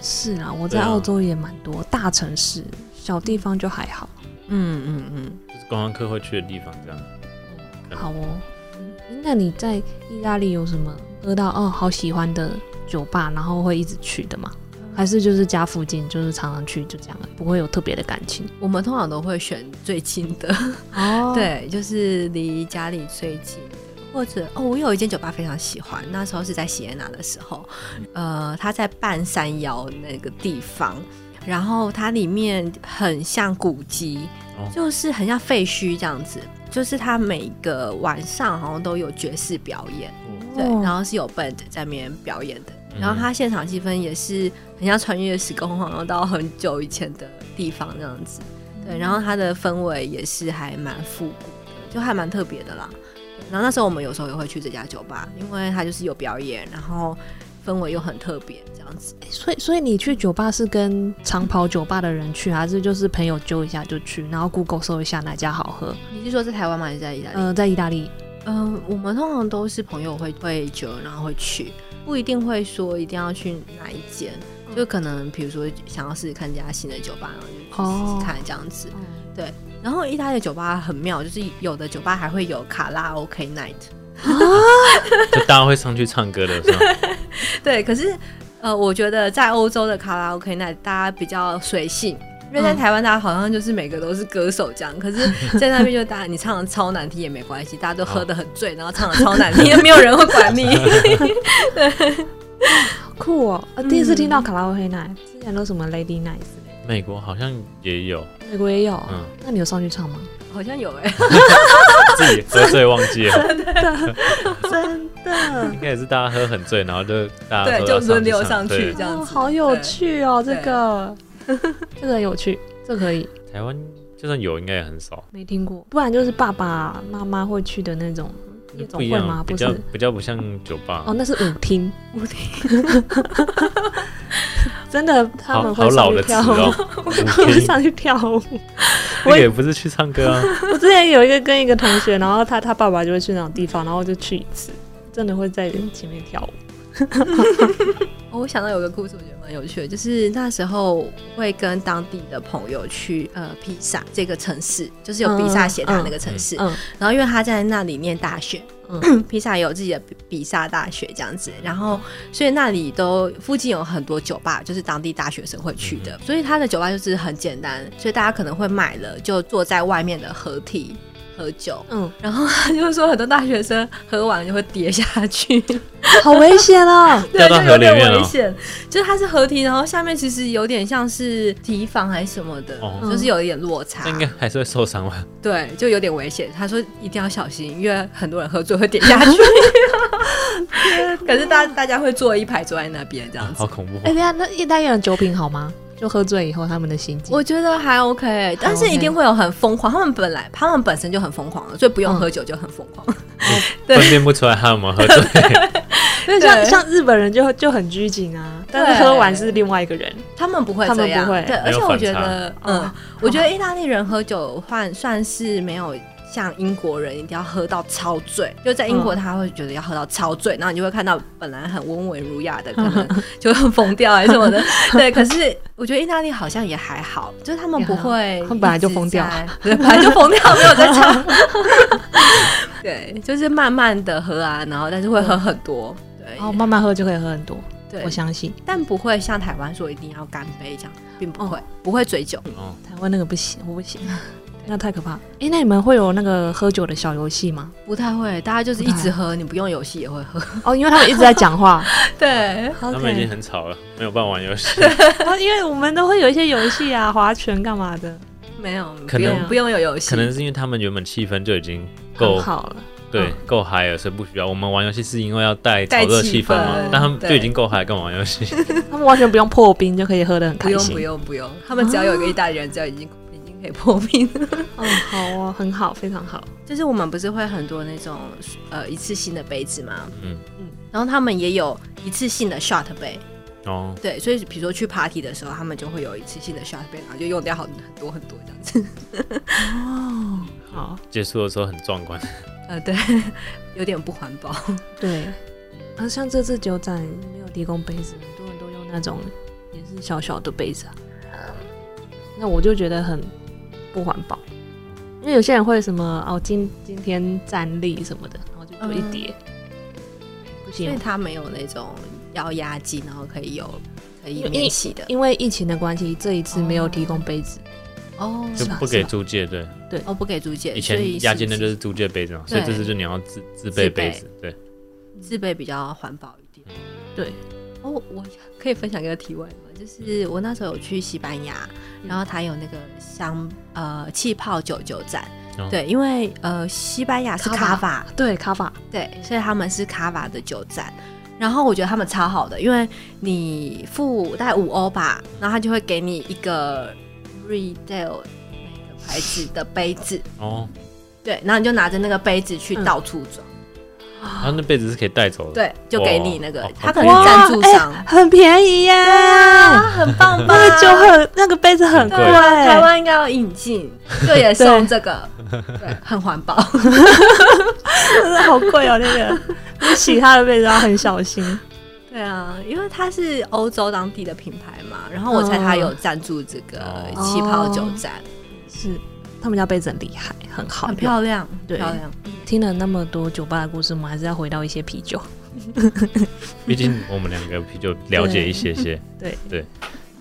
Speaker 2: 是啊，我
Speaker 3: 对
Speaker 2: 在
Speaker 3: 啊
Speaker 2: 澳洲也蛮多，大城市小地方就还好。
Speaker 1: 嗯嗯嗯，
Speaker 3: 就是观光客会去的地方，这样。嗯
Speaker 2: 好哦，那你在意大利有什么喝到哦好喜欢的酒吧，然后会一直去的吗？还是就是家附近，就是常常去，就这样，不会有特别的感情
Speaker 1: 我们通常都会选最近的，
Speaker 2: 哦
Speaker 1: 对，就是离家里最近的，或者哦，我有一间酒吧非常喜欢，那时候是在喜宴娜的时候，呃，它在半山腰那个地方。然后它里面很像古迹，
Speaker 3: 哦
Speaker 1: 就是很像废墟这样子。就是它每个晚上好像都有爵士表演，对，
Speaker 2: 哦
Speaker 1: 然后是有 band 在那边表演的。
Speaker 3: 嗯
Speaker 1: 然后它现场气氛也是很像穿越时空，好像到很久以前的地方这样子。对，然后它的氛围也是还蛮复古的，就还蛮特别的啦。然后那时候我们有时候也会去这家酒吧，因为它就是有表演，然后氛围又很特别这样子。
Speaker 2: 所以所以你去酒吧是跟长跑酒吧的人去，还是就是朋友揪一下就去，然后 Google 搜一下哪家好喝？
Speaker 1: 你是说在台湾吗？还是在意大利？
Speaker 2: 呃，在意大利，
Speaker 1: 嗯、我们通常都是朋友会会酒，然后会去，不一定会说一定要去哪一间，就可能比如说想要试试看这家新的酒吧，然后就去试
Speaker 2: 哦
Speaker 1: 试看这样子。然后意大利的酒吧很妙，就是有的酒吧还会有卡拉 OK night。 [LAUGHS]
Speaker 3: 就大家会上去唱歌的，是吗？
Speaker 1: 对，可是呃，我觉得在欧洲的卡拉 OK 那大家比较随性。因为在
Speaker 2: 嗯
Speaker 1: 台湾，大家好像就是每个都是歌手这样，可是，在那边就大家你唱的超难听也没关系，大家都喝得很醉，然后唱的超难听，也没有人会管你。
Speaker 2: 好酷哦！呃，
Speaker 1: 嗯
Speaker 2: 第一次听到卡拉 OK night，之前都什么 Lady night 之类
Speaker 3: [LAUGHS] 美国好像也有，
Speaker 2: 的，美国也有。
Speaker 3: 嗯
Speaker 2: 那你有上去唱吗？
Speaker 1: 好像有哎、
Speaker 3: 自己喝醉忘记了，
Speaker 2: 真的。
Speaker 3: 应该也是大家喝很醉，然后就大家
Speaker 1: 对
Speaker 3: 都
Speaker 1: 就
Speaker 3: 要
Speaker 1: 轮流
Speaker 3: 上
Speaker 1: 上去
Speaker 3: 对
Speaker 1: 这样子
Speaker 2: 哦、好有趣哦，这个 [LAUGHS] 这个很有趣，这可以
Speaker 3: 台湾就算有，应该也很少。
Speaker 2: 没听过，不然就是爸爸妈妈会去的那种夜总
Speaker 3: 不一
Speaker 2: 会吗？
Speaker 3: 样，比
Speaker 2: 不
Speaker 3: 较
Speaker 2: 是。
Speaker 3: 比较不像酒吧。
Speaker 2: 哦，那是舞厅，舞厅，真的，他
Speaker 3: 好
Speaker 2: 们
Speaker 3: 好
Speaker 2: 会
Speaker 3: 老
Speaker 2: 上
Speaker 3: 的
Speaker 2: 去
Speaker 3: 词
Speaker 2: 跳
Speaker 3: 哦
Speaker 2: 舞，， [LAUGHS] 他们上去跳舞。 [LAUGHS]
Speaker 3: 我也不是去唱歌啊。
Speaker 2: 我之前有一个跟一个同学，然后他他爸爸就会去那种地方，然后我就去一次，真的会在前面跳舞。
Speaker 1: 哦我想到有个故事，我觉得蛮有趣的，就是那时候会跟当地的朋友去呃披萨这个城市，就是有
Speaker 2: 嗯
Speaker 1: 比萨斜塔那个城市，
Speaker 2: 嗯
Speaker 1: 然后因为他在那里念大学，
Speaker 2: 嗯
Speaker 1: [CLEARS THROAT] 披萨也有自己的比比萨大学这样子，然后所以那里都附近有很多酒吧，就是当地大学生会去的，所以他的酒吧就是很简单，所以大家可能会买了就坐在外面的合体喝酒。
Speaker 2: 嗯，
Speaker 1: 然后他就说，很多大学生喝完就会跌下去，
Speaker 2: [LAUGHS] 好危险 [LAUGHS] 哦！
Speaker 1: 对，
Speaker 3: [LAUGHS] 掉到
Speaker 1: 就
Speaker 3: 河
Speaker 1: 有
Speaker 3: 里
Speaker 1: 点
Speaker 3: 面了
Speaker 1: 危险。就是它是河堤，然后下面其实有点像是堤防还是什么的，
Speaker 3: 哦
Speaker 1: 就是有一点落差
Speaker 3: 那，应该还是会受
Speaker 2: [LAUGHS]
Speaker 3: 伤吧？
Speaker 1: 对，就有点危险。他说一定要小心，因为很多人喝醉会跌下
Speaker 3: [LAUGHS]
Speaker 1: 去。可是大大家会坐一排坐在那边这样子
Speaker 3: 好。恐怖
Speaker 2: 哎、。等一下那意大利人酒品好吗？就喝醉以后他们的心境。
Speaker 1: 我觉得还 OK，但是一定会有很疯狂。他们本来他们本身就很疯狂了，所以不用喝酒就很疯狂。对
Speaker 3: 分辨不出来他有没有喝醉，
Speaker 2: 因
Speaker 3: 嗯
Speaker 2: 为像
Speaker 1: [LAUGHS] 对
Speaker 2: 像日本人就就很拘谨啊，
Speaker 1: 对
Speaker 2: 但是喝完是另外一个人。
Speaker 1: 他们不会
Speaker 2: 他们
Speaker 1: 这样，
Speaker 2: 不会
Speaker 1: 对，
Speaker 3: 没
Speaker 1: 而
Speaker 3: 有
Speaker 1: 且我
Speaker 2: [LAUGHS]
Speaker 3: 反
Speaker 1: 觉
Speaker 3: 差
Speaker 1: 得，嗯
Speaker 2: 哦，
Speaker 1: 我觉得意大利人喝酒算算是没有像英国人一定要喝到超醉，就在英国他会觉得要喝到超醉，然后你就会看到本来很温文儒雅的，可能就会疯掉还是什么
Speaker 2: 嗯
Speaker 1: 的。 [LAUGHS] 对，可是我觉得意大利好像也还好，就是他们不会
Speaker 2: 也还好他们本来就疯掉
Speaker 1: 一直在，对，本来就疯掉，没有在唱。 [LAUGHS] 对，就是慢慢的喝啊，然后但是会喝很多。对，
Speaker 2: 然后慢慢喝就可以喝很多，
Speaker 1: 对
Speaker 2: 我，相信
Speaker 1: 但不会像台湾说一定要干杯这样，并不会，嗯不会醉酒。
Speaker 3: 哦，
Speaker 2: 台湾那个不行，我不 [LAUGHS] 行，那太可怕。哎、那你们会有那个喝酒的小游戏吗？ [LAUGHS]
Speaker 1: 不太会，大家就是
Speaker 2: 不
Speaker 1: 一
Speaker 2: 太
Speaker 1: 直喝，你不用游戏也会喝。
Speaker 2: 哦，因为他们一直在讲话，
Speaker 1: 对，
Speaker 3: 他们已经很吵了，没有办法玩游戏。
Speaker 2: 啊，因为我们都会有一些游戏啊，划拳干嘛的，
Speaker 1: [LAUGHS] 没有，
Speaker 3: 可
Speaker 1: 不用
Speaker 3: 能
Speaker 1: 不用有游戏，
Speaker 3: 可能是因为他们原本气氛就已经够
Speaker 2: 很好了。
Speaker 3: 对
Speaker 2: 嗯
Speaker 3: 够嗨了，所以不需要。我们玩游戏是因为要带炒
Speaker 1: 带
Speaker 3: 热
Speaker 1: 气
Speaker 3: 气氛嘛
Speaker 1: 氛，
Speaker 3: 但他们就已
Speaker 1: 对
Speaker 3: 经够嗨，干嘛玩游戏？
Speaker 2: 他们完全不用破冰就可以喝得很
Speaker 1: 不
Speaker 2: 开
Speaker 1: 用
Speaker 2: 心。
Speaker 1: 不用不用，他们只要有一个意大利人，只要已经已经可以破冰。
Speaker 2: 哦，好哦，很好，非常好。
Speaker 1: [LAUGHS] 就是我们不是会很多那种呃一次性的杯子吗？
Speaker 3: 嗯
Speaker 1: 然后他们也有一次性的 shot 杯，
Speaker 3: 哦，
Speaker 1: 对，所以比如说去 party 的时候，他们就会有一次性的 shot 杯，然后就用掉好很多很多这样子。
Speaker 2: 哦，好，
Speaker 3: 结束的时候很壮观。
Speaker 1: 呃，对， [LAUGHS] 有点不环保。
Speaker 2: 对。啊，像这次酒展没有提供杯子，很多人都用那种也是小小的杯子啊。那我就觉得很不环保，因为有些人会什么哦，今今天站立什么的，然后就有一叠，不
Speaker 1: 因为
Speaker 2: 行。
Speaker 1: 它没有那种要压机，然后可以有可以
Speaker 2: 因
Speaker 1: 免洗的
Speaker 2: 因为疫情的关系，这一次没有提供杯子，
Speaker 1: 哦，
Speaker 3: 就是
Speaker 2: 吧
Speaker 3: 不
Speaker 2: 是
Speaker 3: 给
Speaker 2: 吧
Speaker 3: 租借，对，
Speaker 1: 哦不给租借，
Speaker 3: 以
Speaker 1: 所以
Speaker 3: 前押金的就是是租借杯子嘛，所以
Speaker 1: 对
Speaker 3: 这次就你要自自
Speaker 1: 自
Speaker 3: 备
Speaker 1: 备
Speaker 3: 杯子，对，
Speaker 1: 自备比较环保一点。
Speaker 3: 嗯
Speaker 2: 对，
Speaker 1: 哦，我可以分享一个题外吗？就是
Speaker 3: 嗯
Speaker 1: 我那时候有去西班牙，
Speaker 2: 嗯
Speaker 1: 然后它有那个香呃气泡酒酒展，
Speaker 3: 哦
Speaker 1: 对，因为呃西班牙是卡
Speaker 2: 卡
Speaker 1: 法，
Speaker 2: 哦对，卡法
Speaker 1: 对，所以他们是卡瓦的酒站。然后我觉得他们超好的，因为你付大概五欧吧，然后他就会给你一个 Redale 那个牌子的杯子，
Speaker 3: 哦，
Speaker 1: 对，然后你就拿着那个杯子去
Speaker 2: 嗯
Speaker 1: 到处走，
Speaker 3: 然后那杯子是可以带走的，
Speaker 1: 对，就给你那
Speaker 3: 哇
Speaker 1: 个
Speaker 3: 好，哦
Speaker 1: 他可
Speaker 3: 便
Speaker 1: 能
Speaker 3: 宜
Speaker 1: 是赞助商，
Speaker 2: 哎很便宜
Speaker 1: [LAUGHS]
Speaker 2: 耶，
Speaker 1: 啊，很 [LAUGHS] 棒吧？
Speaker 2: 那个酒很那个杯子很贵
Speaker 3: 很贵，
Speaker 1: 啊台湾应该要引 [LAUGHS] 进，就也送这 [LAUGHS] 个，对，很环保。
Speaker 2: 真的好贵哦，那 [LAUGHS] 个你洗它的杯子要很小心。
Speaker 1: [LAUGHS] 对啊，因为它是欧洲当地的品牌嘛，然后我猜它有赞助这个
Speaker 3: 哦
Speaker 1: 气泡酒展，
Speaker 2: 是，他们家杯子很厉害，很好
Speaker 1: 很
Speaker 2: 用。
Speaker 1: 漂亮，
Speaker 2: 对
Speaker 1: 漂亮。
Speaker 2: 听了那么多酒吧的故事，我们还是要回到一些啤酒。，
Speaker 3: 毕竟我们两个啤酒了解一些
Speaker 1: [LAUGHS]
Speaker 3: 些
Speaker 2: 对
Speaker 3: 对。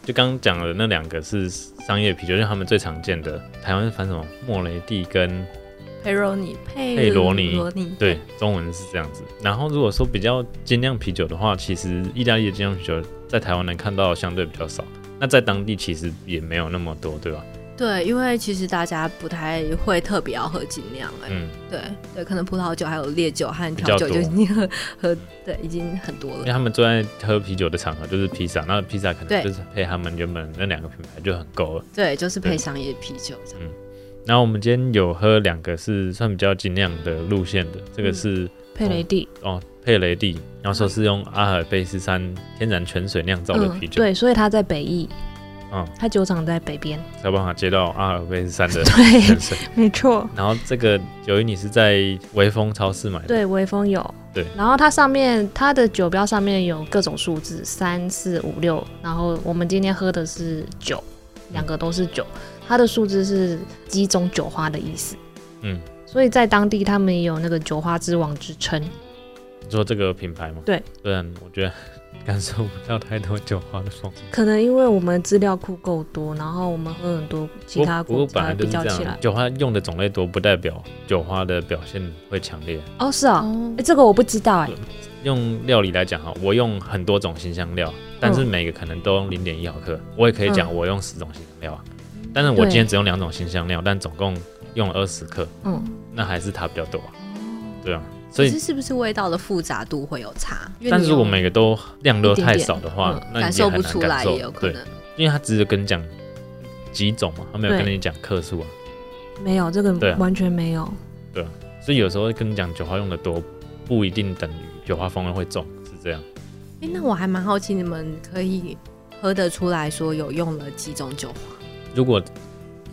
Speaker 3: 就刚刚讲的那两个是商业啤酒，就是他们最常见的。台湾反什么莫雷蒂跟
Speaker 1: 佩罗尼，佩
Speaker 3: 佩罗尼
Speaker 1: 罗尼，
Speaker 3: 对，中文是这样子。然后如果说比较精酿啤酒的话，其实意大利的精酿啤酒在台湾能看到相对比较少，那在当地其实也没有那么多，对吧？
Speaker 1: 对，因为其实大家不太会特别要喝精酿，哎，
Speaker 3: 嗯，
Speaker 1: 对对，可能葡萄酒还有烈酒和
Speaker 3: 比
Speaker 1: 调
Speaker 3: 较
Speaker 1: 酒就
Speaker 3: 多
Speaker 1: 已经喝喝，对，已经很多
Speaker 3: 因
Speaker 1: 了
Speaker 3: 为。他们最爱喝啤酒的场合就是披萨，那披萨可
Speaker 1: 对
Speaker 3: 能就是配他们原本那两个品牌就很够了。
Speaker 1: 对，就是配
Speaker 3: 对
Speaker 1: 商业啤酒这样。
Speaker 3: 然后我们今天有喝两个是算比较精酿的路线的，这个是、
Speaker 2: 佩雷蒂，
Speaker 3: 哦佩雷蒂，然后说是用阿尔卑斯山天然泉水酿造
Speaker 2: 哦
Speaker 3: 的啤酒，
Speaker 2: 嗯对，所以它在北翼，
Speaker 3: 嗯，
Speaker 2: 它酒厂在北边，
Speaker 3: 才有办法接到阿尔卑斯山
Speaker 2: [LAUGHS]
Speaker 3: 的泉
Speaker 2: 对，
Speaker 3: 水。
Speaker 2: 没错，
Speaker 3: 然后这个由于你是在微风超市买的，
Speaker 2: 对，微风有，
Speaker 3: 对，
Speaker 2: 然后它上面它的酒标上面有各种数字，三四五六，然后我们今天喝的是酒，
Speaker 3: 嗯
Speaker 2: 两个都是酒，它的数字是几种酒花的意思，
Speaker 3: 嗯，
Speaker 2: 所以在当地他们也有那个酒花之王之称，
Speaker 3: 你说这个品牌吗？
Speaker 2: 对，
Speaker 3: 虽然我觉得感受不到太多酒花的风味，
Speaker 2: 可能因为我们资料库够多，然后我们喝很多其他
Speaker 3: 不过
Speaker 2: 国
Speaker 3: 不过本
Speaker 2: 家
Speaker 3: 来
Speaker 2: 比
Speaker 3: 就是
Speaker 2: 较
Speaker 3: 这
Speaker 2: 起来
Speaker 3: 样，，酒花用的种类多，不代表酒花的表现会强烈。
Speaker 2: 哦，是啊、
Speaker 1: 哦
Speaker 2: 诶这个我不知道哎、
Speaker 3: 用料理来讲哈，我用很多种新香料，但
Speaker 1: 嗯
Speaker 3: 是每个可能都用零点一毫克，我也可以讲我用十种新香料啊，但是我今天只用两种新香料，但总共用了二十克，
Speaker 2: 嗯，
Speaker 3: 那还是它比较多啊，对啊，所
Speaker 1: 哦可是
Speaker 3: 以
Speaker 1: 是不是味道的复杂度会有差？因为
Speaker 3: 但
Speaker 1: 你
Speaker 3: 是如
Speaker 1: 有
Speaker 3: 果每个都量都
Speaker 2: 一点
Speaker 3: 太
Speaker 2: 点
Speaker 3: 少的话，那你
Speaker 1: 嗯感
Speaker 3: 也
Speaker 1: 受不
Speaker 3: 很难
Speaker 1: 出
Speaker 3: 感
Speaker 1: 来
Speaker 3: 受
Speaker 1: 也有可
Speaker 3: 对
Speaker 1: 能。
Speaker 3: 因为他只是跟你讲几种嘛，他没有
Speaker 2: 对
Speaker 3: 跟你讲克数啊，
Speaker 2: 没有这个
Speaker 1: 嗯
Speaker 3: 对啊
Speaker 2: 完全没有，
Speaker 3: 所以有时候跟你讲酒花用的多，不一定等于酒花风味会重，是这样。
Speaker 1: 哎、那我还蛮好奇，你们可以喝得出来说有用了几种酒花？
Speaker 3: 如果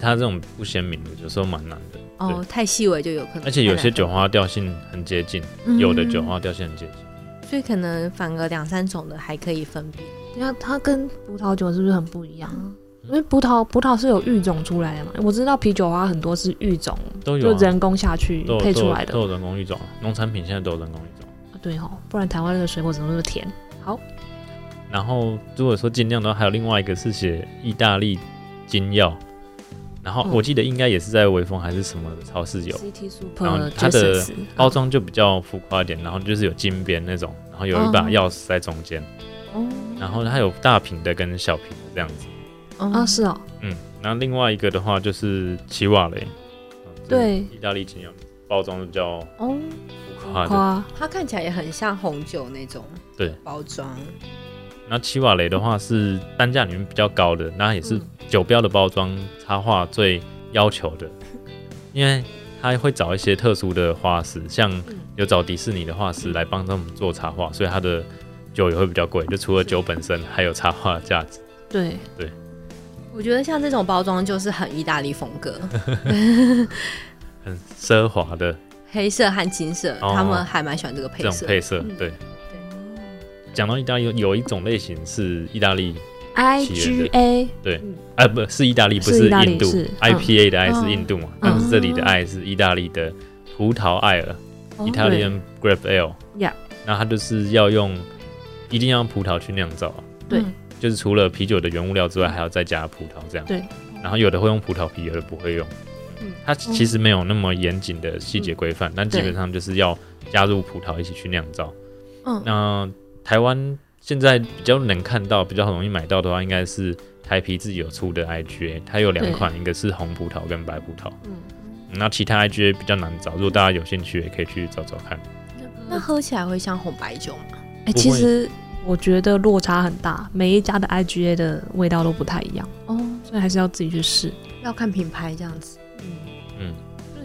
Speaker 3: 它这种不鲜明的，有时候蛮难的。
Speaker 1: 哦，太细微就有可能。
Speaker 3: 而且有些
Speaker 1: 酒
Speaker 3: 酒花调性很接近，有
Speaker 2: 嗯
Speaker 3: 的酒花调性很接近。
Speaker 1: 嗯所以可能反而两三种的还可以分辨。
Speaker 2: 那它跟葡萄酒是不是很不一样？
Speaker 3: 嗯
Speaker 2: 因为葡萄葡萄是有育种出来的嘛，我知道啤酒花很多是育种，
Speaker 3: 都有
Speaker 2: 就
Speaker 3: 啊
Speaker 2: 人工下去
Speaker 3: 都有
Speaker 2: 配
Speaker 3: 都
Speaker 2: 出
Speaker 3: 有
Speaker 2: 来的。
Speaker 3: 都有人工育种啊，农产品现在都有人工育种。
Speaker 2: 对哦，不然台湾的水果怎么那么甜？
Speaker 3: 然后如果说尽量的话，还有另外一个是写意大利金药，然后
Speaker 2: 嗯
Speaker 3: 我记得应该也是在微风还是什么的超市有，
Speaker 2: CT
Speaker 3: 然
Speaker 2: Super
Speaker 3: 后它的哦
Speaker 2: Juices
Speaker 3: 包装就比较浮夸一点，然后就是有金边那种，然后有一把钥匙在中间，
Speaker 2: 哦
Speaker 3: 然后它有大瓶的跟小瓶的这样子，
Speaker 2: 啊
Speaker 1: 哦，
Speaker 2: 是哦，
Speaker 3: 嗯，然后另外一个的话就是奇瓦雷，嗯
Speaker 2: 对
Speaker 3: 意大利金药包装是比较
Speaker 2: 哦，
Speaker 3: 浮夸的，
Speaker 2: 花
Speaker 1: 它看起来也很像红酒那种
Speaker 3: 对
Speaker 1: 包装，
Speaker 3: 那奇瓦雷的话是单价里面比较高的，那也是酒标的包装插画最要求的，因为他会找一些特殊的画师，像有找迪士尼的画师来帮他们做插画，所以它的酒也会比较贵，就除了酒本身，还有插画的价值。
Speaker 2: 对，
Speaker 1: 我觉得像这种包装就是很意大利风
Speaker 3: [LAUGHS]
Speaker 1: 格，
Speaker 3: 很奢华的
Speaker 1: 黑色和金色，
Speaker 3: 哦
Speaker 1: 他们还蛮喜欢这个配
Speaker 3: 这种
Speaker 1: 色。
Speaker 3: 配色，
Speaker 2: 嗯
Speaker 3: 对。讲到意大利，有一种类型是意大利，
Speaker 2: IGA
Speaker 3: 哎、不是意大利，不
Speaker 2: 是意大利
Speaker 3: 印度
Speaker 2: 是嗯
Speaker 3: ，IPA 的爱
Speaker 1: 哦
Speaker 3: 是印度嘛，但是这里的
Speaker 1: 哦
Speaker 3: 爱是意大利的葡萄艾尔。
Speaker 1: 哦
Speaker 3: Italian grape ale。
Speaker 2: Yeah
Speaker 3: 那它就是要用，一定要用葡萄去酿造啊。
Speaker 2: 对
Speaker 1: 嗯
Speaker 3: 就是除了啤酒的原物料之外，还要再加葡萄这样。
Speaker 2: 对。
Speaker 3: 然后有的会用葡萄皮，有的不会用。
Speaker 2: 嗯
Speaker 3: 它其实没有那么严谨的细节规范，但基本上就是要加入葡萄一起去酿造。
Speaker 1: 嗯
Speaker 3: 那台湾现在比较能看到、比较容易买到的话，应该是台啤自己有出的 IGA，它有两
Speaker 2: 对
Speaker 3: 款，一个是红葡萄跟白葡萄。
Speaker 2: 嗯
Speaker 3: 那其他 IGA 比较难找，如果大家有兴趣，也可以去找找看。
Speaker 1: 那喝起来会像红白酒吗？
Speaker 2: 哎，
Speaker 3: 不会
Speaker 2: 其实我觉得落差很大，每一家的 IGA 的味道都不太一样，
Speaker 1: 哦，
Speaker 2: 所以还是要自己去试。
Speaker 1: 要看品牌这样子。
Speaker 3: 嗯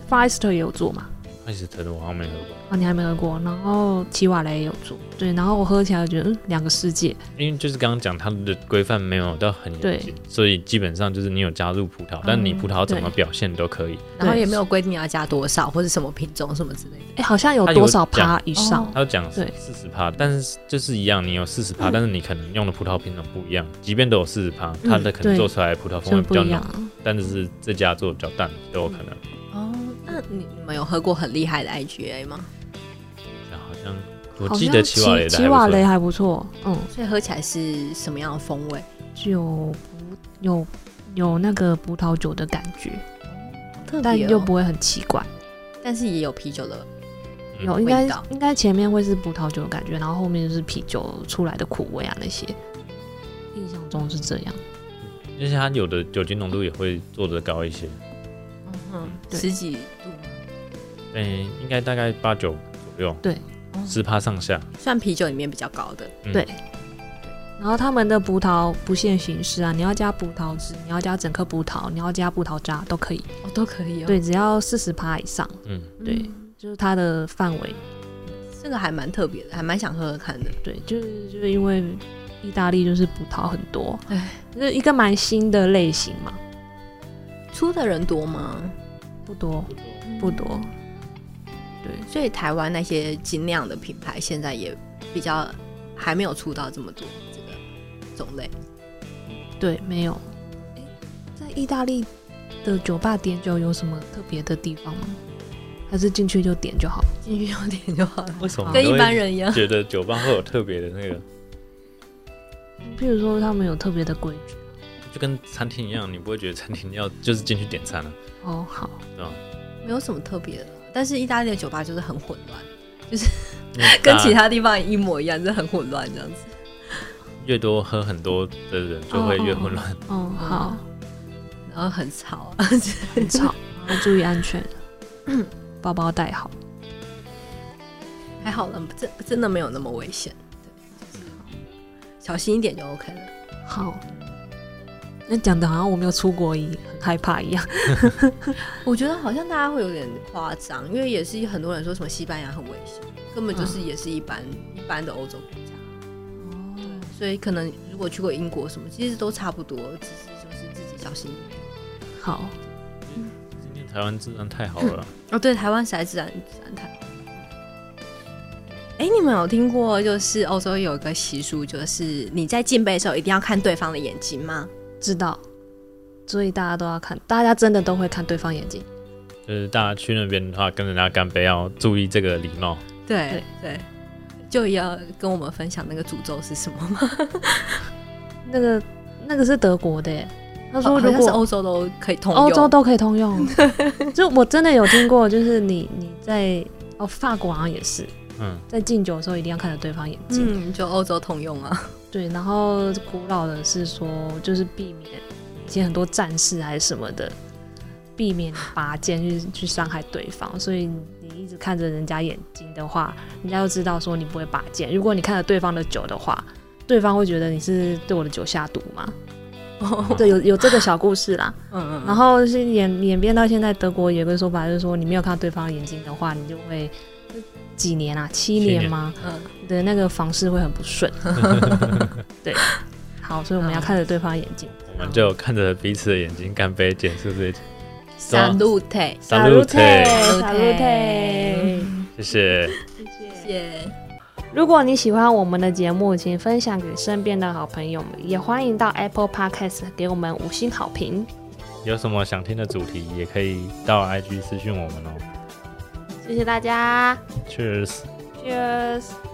Speaker 2: ，Fister 也有做嘛？
Speaker 3: 艾斯特的我好像没喝过，
Speaker 2: 啊，你还没喝过，然后奇瓦雷也有做，对，然后我喝起来觉得嗯，两个世界，
Speaker 3: 因为就是刚刚讲它的规范没有到很严谨，所以基本上就是你有加入葡萄，但你葡萄怎么表现都可以。
Speaker 1: 然后
Speaker 2: 嗯对
Speaker 1: 也没有规定要加多少或者什么品种什么之类的。
Speaker 2: 哎，好像有
Speaker 3: 它有
Speaker 2: 多少
Speaker 3: 讲
Speaker 2: 趴以上？
Speaker 1: 哦
Speaker 3: 它讲
Speaker 2: 对嗯
Speaker 3: 四十趴，但是就是一样，你有四十趴，但是你可能用的葡萄品种不一样，即便都有四十趴，它的可能
Speaker 2: 对
Speaker 3: 做出来的葡萄风
Speaker 2: 就
Speaker 3: 味比
Speaker 2: 不
Speaker 3: 较
Speaker 2: 一
Speaker 3: 浓
Speaker 2: 样，，
Speaker 3: 但是这家做的比较淡都有可能。
Speaker 1: 哦，那你你们有喝过很厉害的 IGA 吗？
Speaker 3: 然后好像我
Speaker 2: 嗯好
Speaker 3: 记
Speaker 2: 像
Speaker 3: 得
Speaker 2: 奇
Speaker 3: 奇瓦雷的
Speaker 2: 奇
Speaker 3: 还不
Speaker 2: 瓦
Speaker 3: 错
Speaker 2: 雷还不错，嗯，哦
Speaker 1: 所以喝起来是什么样的风味？
Speaker 2: 有有有那个葡萄酒的感觉，
Speaker 1: 特
Speaker 2: 但
Speaker 1: 别哦
Speaker 2: 又不会很奇怪。
Speaker 1: 但是也有啤酒的
Speaker 3: 嗯
Speaker 2: 有应该
Speaker 1: 味道
Speaker 2: 应该前面会是葡萄酒的感觉，然后后面就是啤酒出来的苦味啊那些，印象中是这样。
Speaker 3: 而且它有的酒精浓度也会做得高一些，
Speaker 1: 嗯哼，
Speaker 2: 对
Speaker 1: 十几度，
Speaker 3: 嗯，应该大概八九左右，
Speaker 2: 对，
Speaker 3: 十趴上下。
Speaker 1: 算啤酒里面比较高的。
Speaker 2: 然后他们的葡萄不限形式啊，你要加葡萄汁，你要加整颗葡萄，你要加葡萄渣都可以。
Speaker 1: 哦，都可以哦。
Speaker 2: 对，只要四十趴以上，
Speaker 3: 嗯，
Speaker 2: 对，就是它的范围。
Speaker 1: 这个还蛮特别的，还蛮想喝喝看的。
Speaker 2: 对，就是就是因为意大利就是葡萄很多
Speaker 1: 唉，
Speaker 2: 就是一个蛮新的类型嘛，
Speaker 1: 出的人多吗？
Speaker 2: 不多不
Speaker 1: 嗯
Speaker 2: 多。
Speaker 1: 所以台湾那些精酿的品牌现在也比较还没有出到这么多这个种类。
Speaker 2: 对，没有。诶在意大利的酒吧点酒有什么特别的地方吗？还是进去就点就好？
Speaker 1: 进去有点就好了，
Speaker 3: 为什么
Speaker 1: 跟一般人一样。
Speaker 3: 觉得酒吧会有特别的那个，
Speaker 2: 譬如说他们有特别的规矩。
Speaker 3: 就跟餐厅一样，你不会觉得餐厅要就是进去点餐啊？
Speaker 2: 哦，好，
Speaker 1: 没有什么特别的，但是意大利的酒吧就是很混乱，
Speaker 3: 因为
Speaker 1: [LAUGHS] 跟
Speaker 3: 大家
Speaker 1: 其他地方一模一样，就是很混乱这样子。
Speaker 3: 越多喝很多的人就会越混乱。
Speaker 2: 哦，好，
Speaker 1: 然后很吵啊，
Speaker 2: 很吵，然后注意安全， [COUGHS] 包包带好。
Speaker 1: 还好了，真真的没有那么危险，对，就是小心一点就 OK 了。
Speaker 2: 好，那讲的好像我没有出国一很害怕一样。
Speaker 1: 我觉得好像大家会有点夸张，因为也是很多人说什么西班牙很危险，根本就是也是一般、一般的欧洲国家，哦所以可能如果去过英国什么，其实都差不多，只是就是自己小心一点。
Speaker 2: 好，
Speaker 3: 今天台湾治安太好了， [LAUGHS]
Speaker 1: 哦，对，台湾实在自然自然太好。哎，你们有听过就是欧洲有一个习俗，就是你在敬杯的时候一定要看对方的眼睛吗？
Speaker 2: 知道。所以大家都要看，大家真的都会看对方眼睛。
Speaker 3: 就是大家去那边的话，跟人家干杯要注意这个礼貌。
Speaker 1: 对对就要跟我们分享那个诅咒是什么吗？
Speaker 2: 那个那个是德国的耶，他说
Speaker 1: 好
Speaker 2: 如
Speaker 1: 像是
Speaker 2: 果
Speaker 1: 欧洲都可以通用，
Speaker 2: 欧洲都可以通 [LAUGHS] 用，就我真的有听过，就是你你在哦法国好像也是
Speaker 3: 嗯，
Speaker 2: 在敬酒的时候一定要看着对方眼睛。
Speaker 1: 嗯，就欧洲通用 [LAUGHS] 啊。
Speaker 2: 对，然后古老的是说，就是避免以前很多战士还是什么的，避免拔剑去去伤害对方，所以你一直看着人家眼睛的话，人家就知道说你不会拔剑。如果你看着对方的酒的话，对方会觉得你是对我的酒下毒嘛？对，有有这个小故事啦。
Speaker 1: 嗯
Speaker 2: 然
Speaker 1: 嗯，
Speaker 2: 后是演演变到现在，德国有个说法，就是说你没有看到对方的眼睛的话，你就会几年啊，七
Speaker 3: 七
Speaker 2: 年
Speaker 3: 年
Speaker 2: 吗？
Speaker 1: 嗯
Speaker 2: 的那个房事会很不顺。对，好，所以我们要看着对方的眼睛。
Speaker 3: 我们就看着彼此的眼睛干杯，结束这一集。
Speaker 1: 三路腿，
Speaker 3: Salute，
Speaker 1: Salute
Speaker 2: 哎 Salute
Speaker 3: 谢谢。
Speaker 1: 谢谢。
Speaker 2: 如果你喜欢我们的节目，请分享给身边的好朋友们，也欢迎到 Apple Podcast 给我们五星好评。
Speaker 3: 有什么想听的主题，也可以到 IG 私讯我们哦。
Speaker 2: 谢谢大家。
Speaker 3: Cheers。
Speaker 4: Cheers。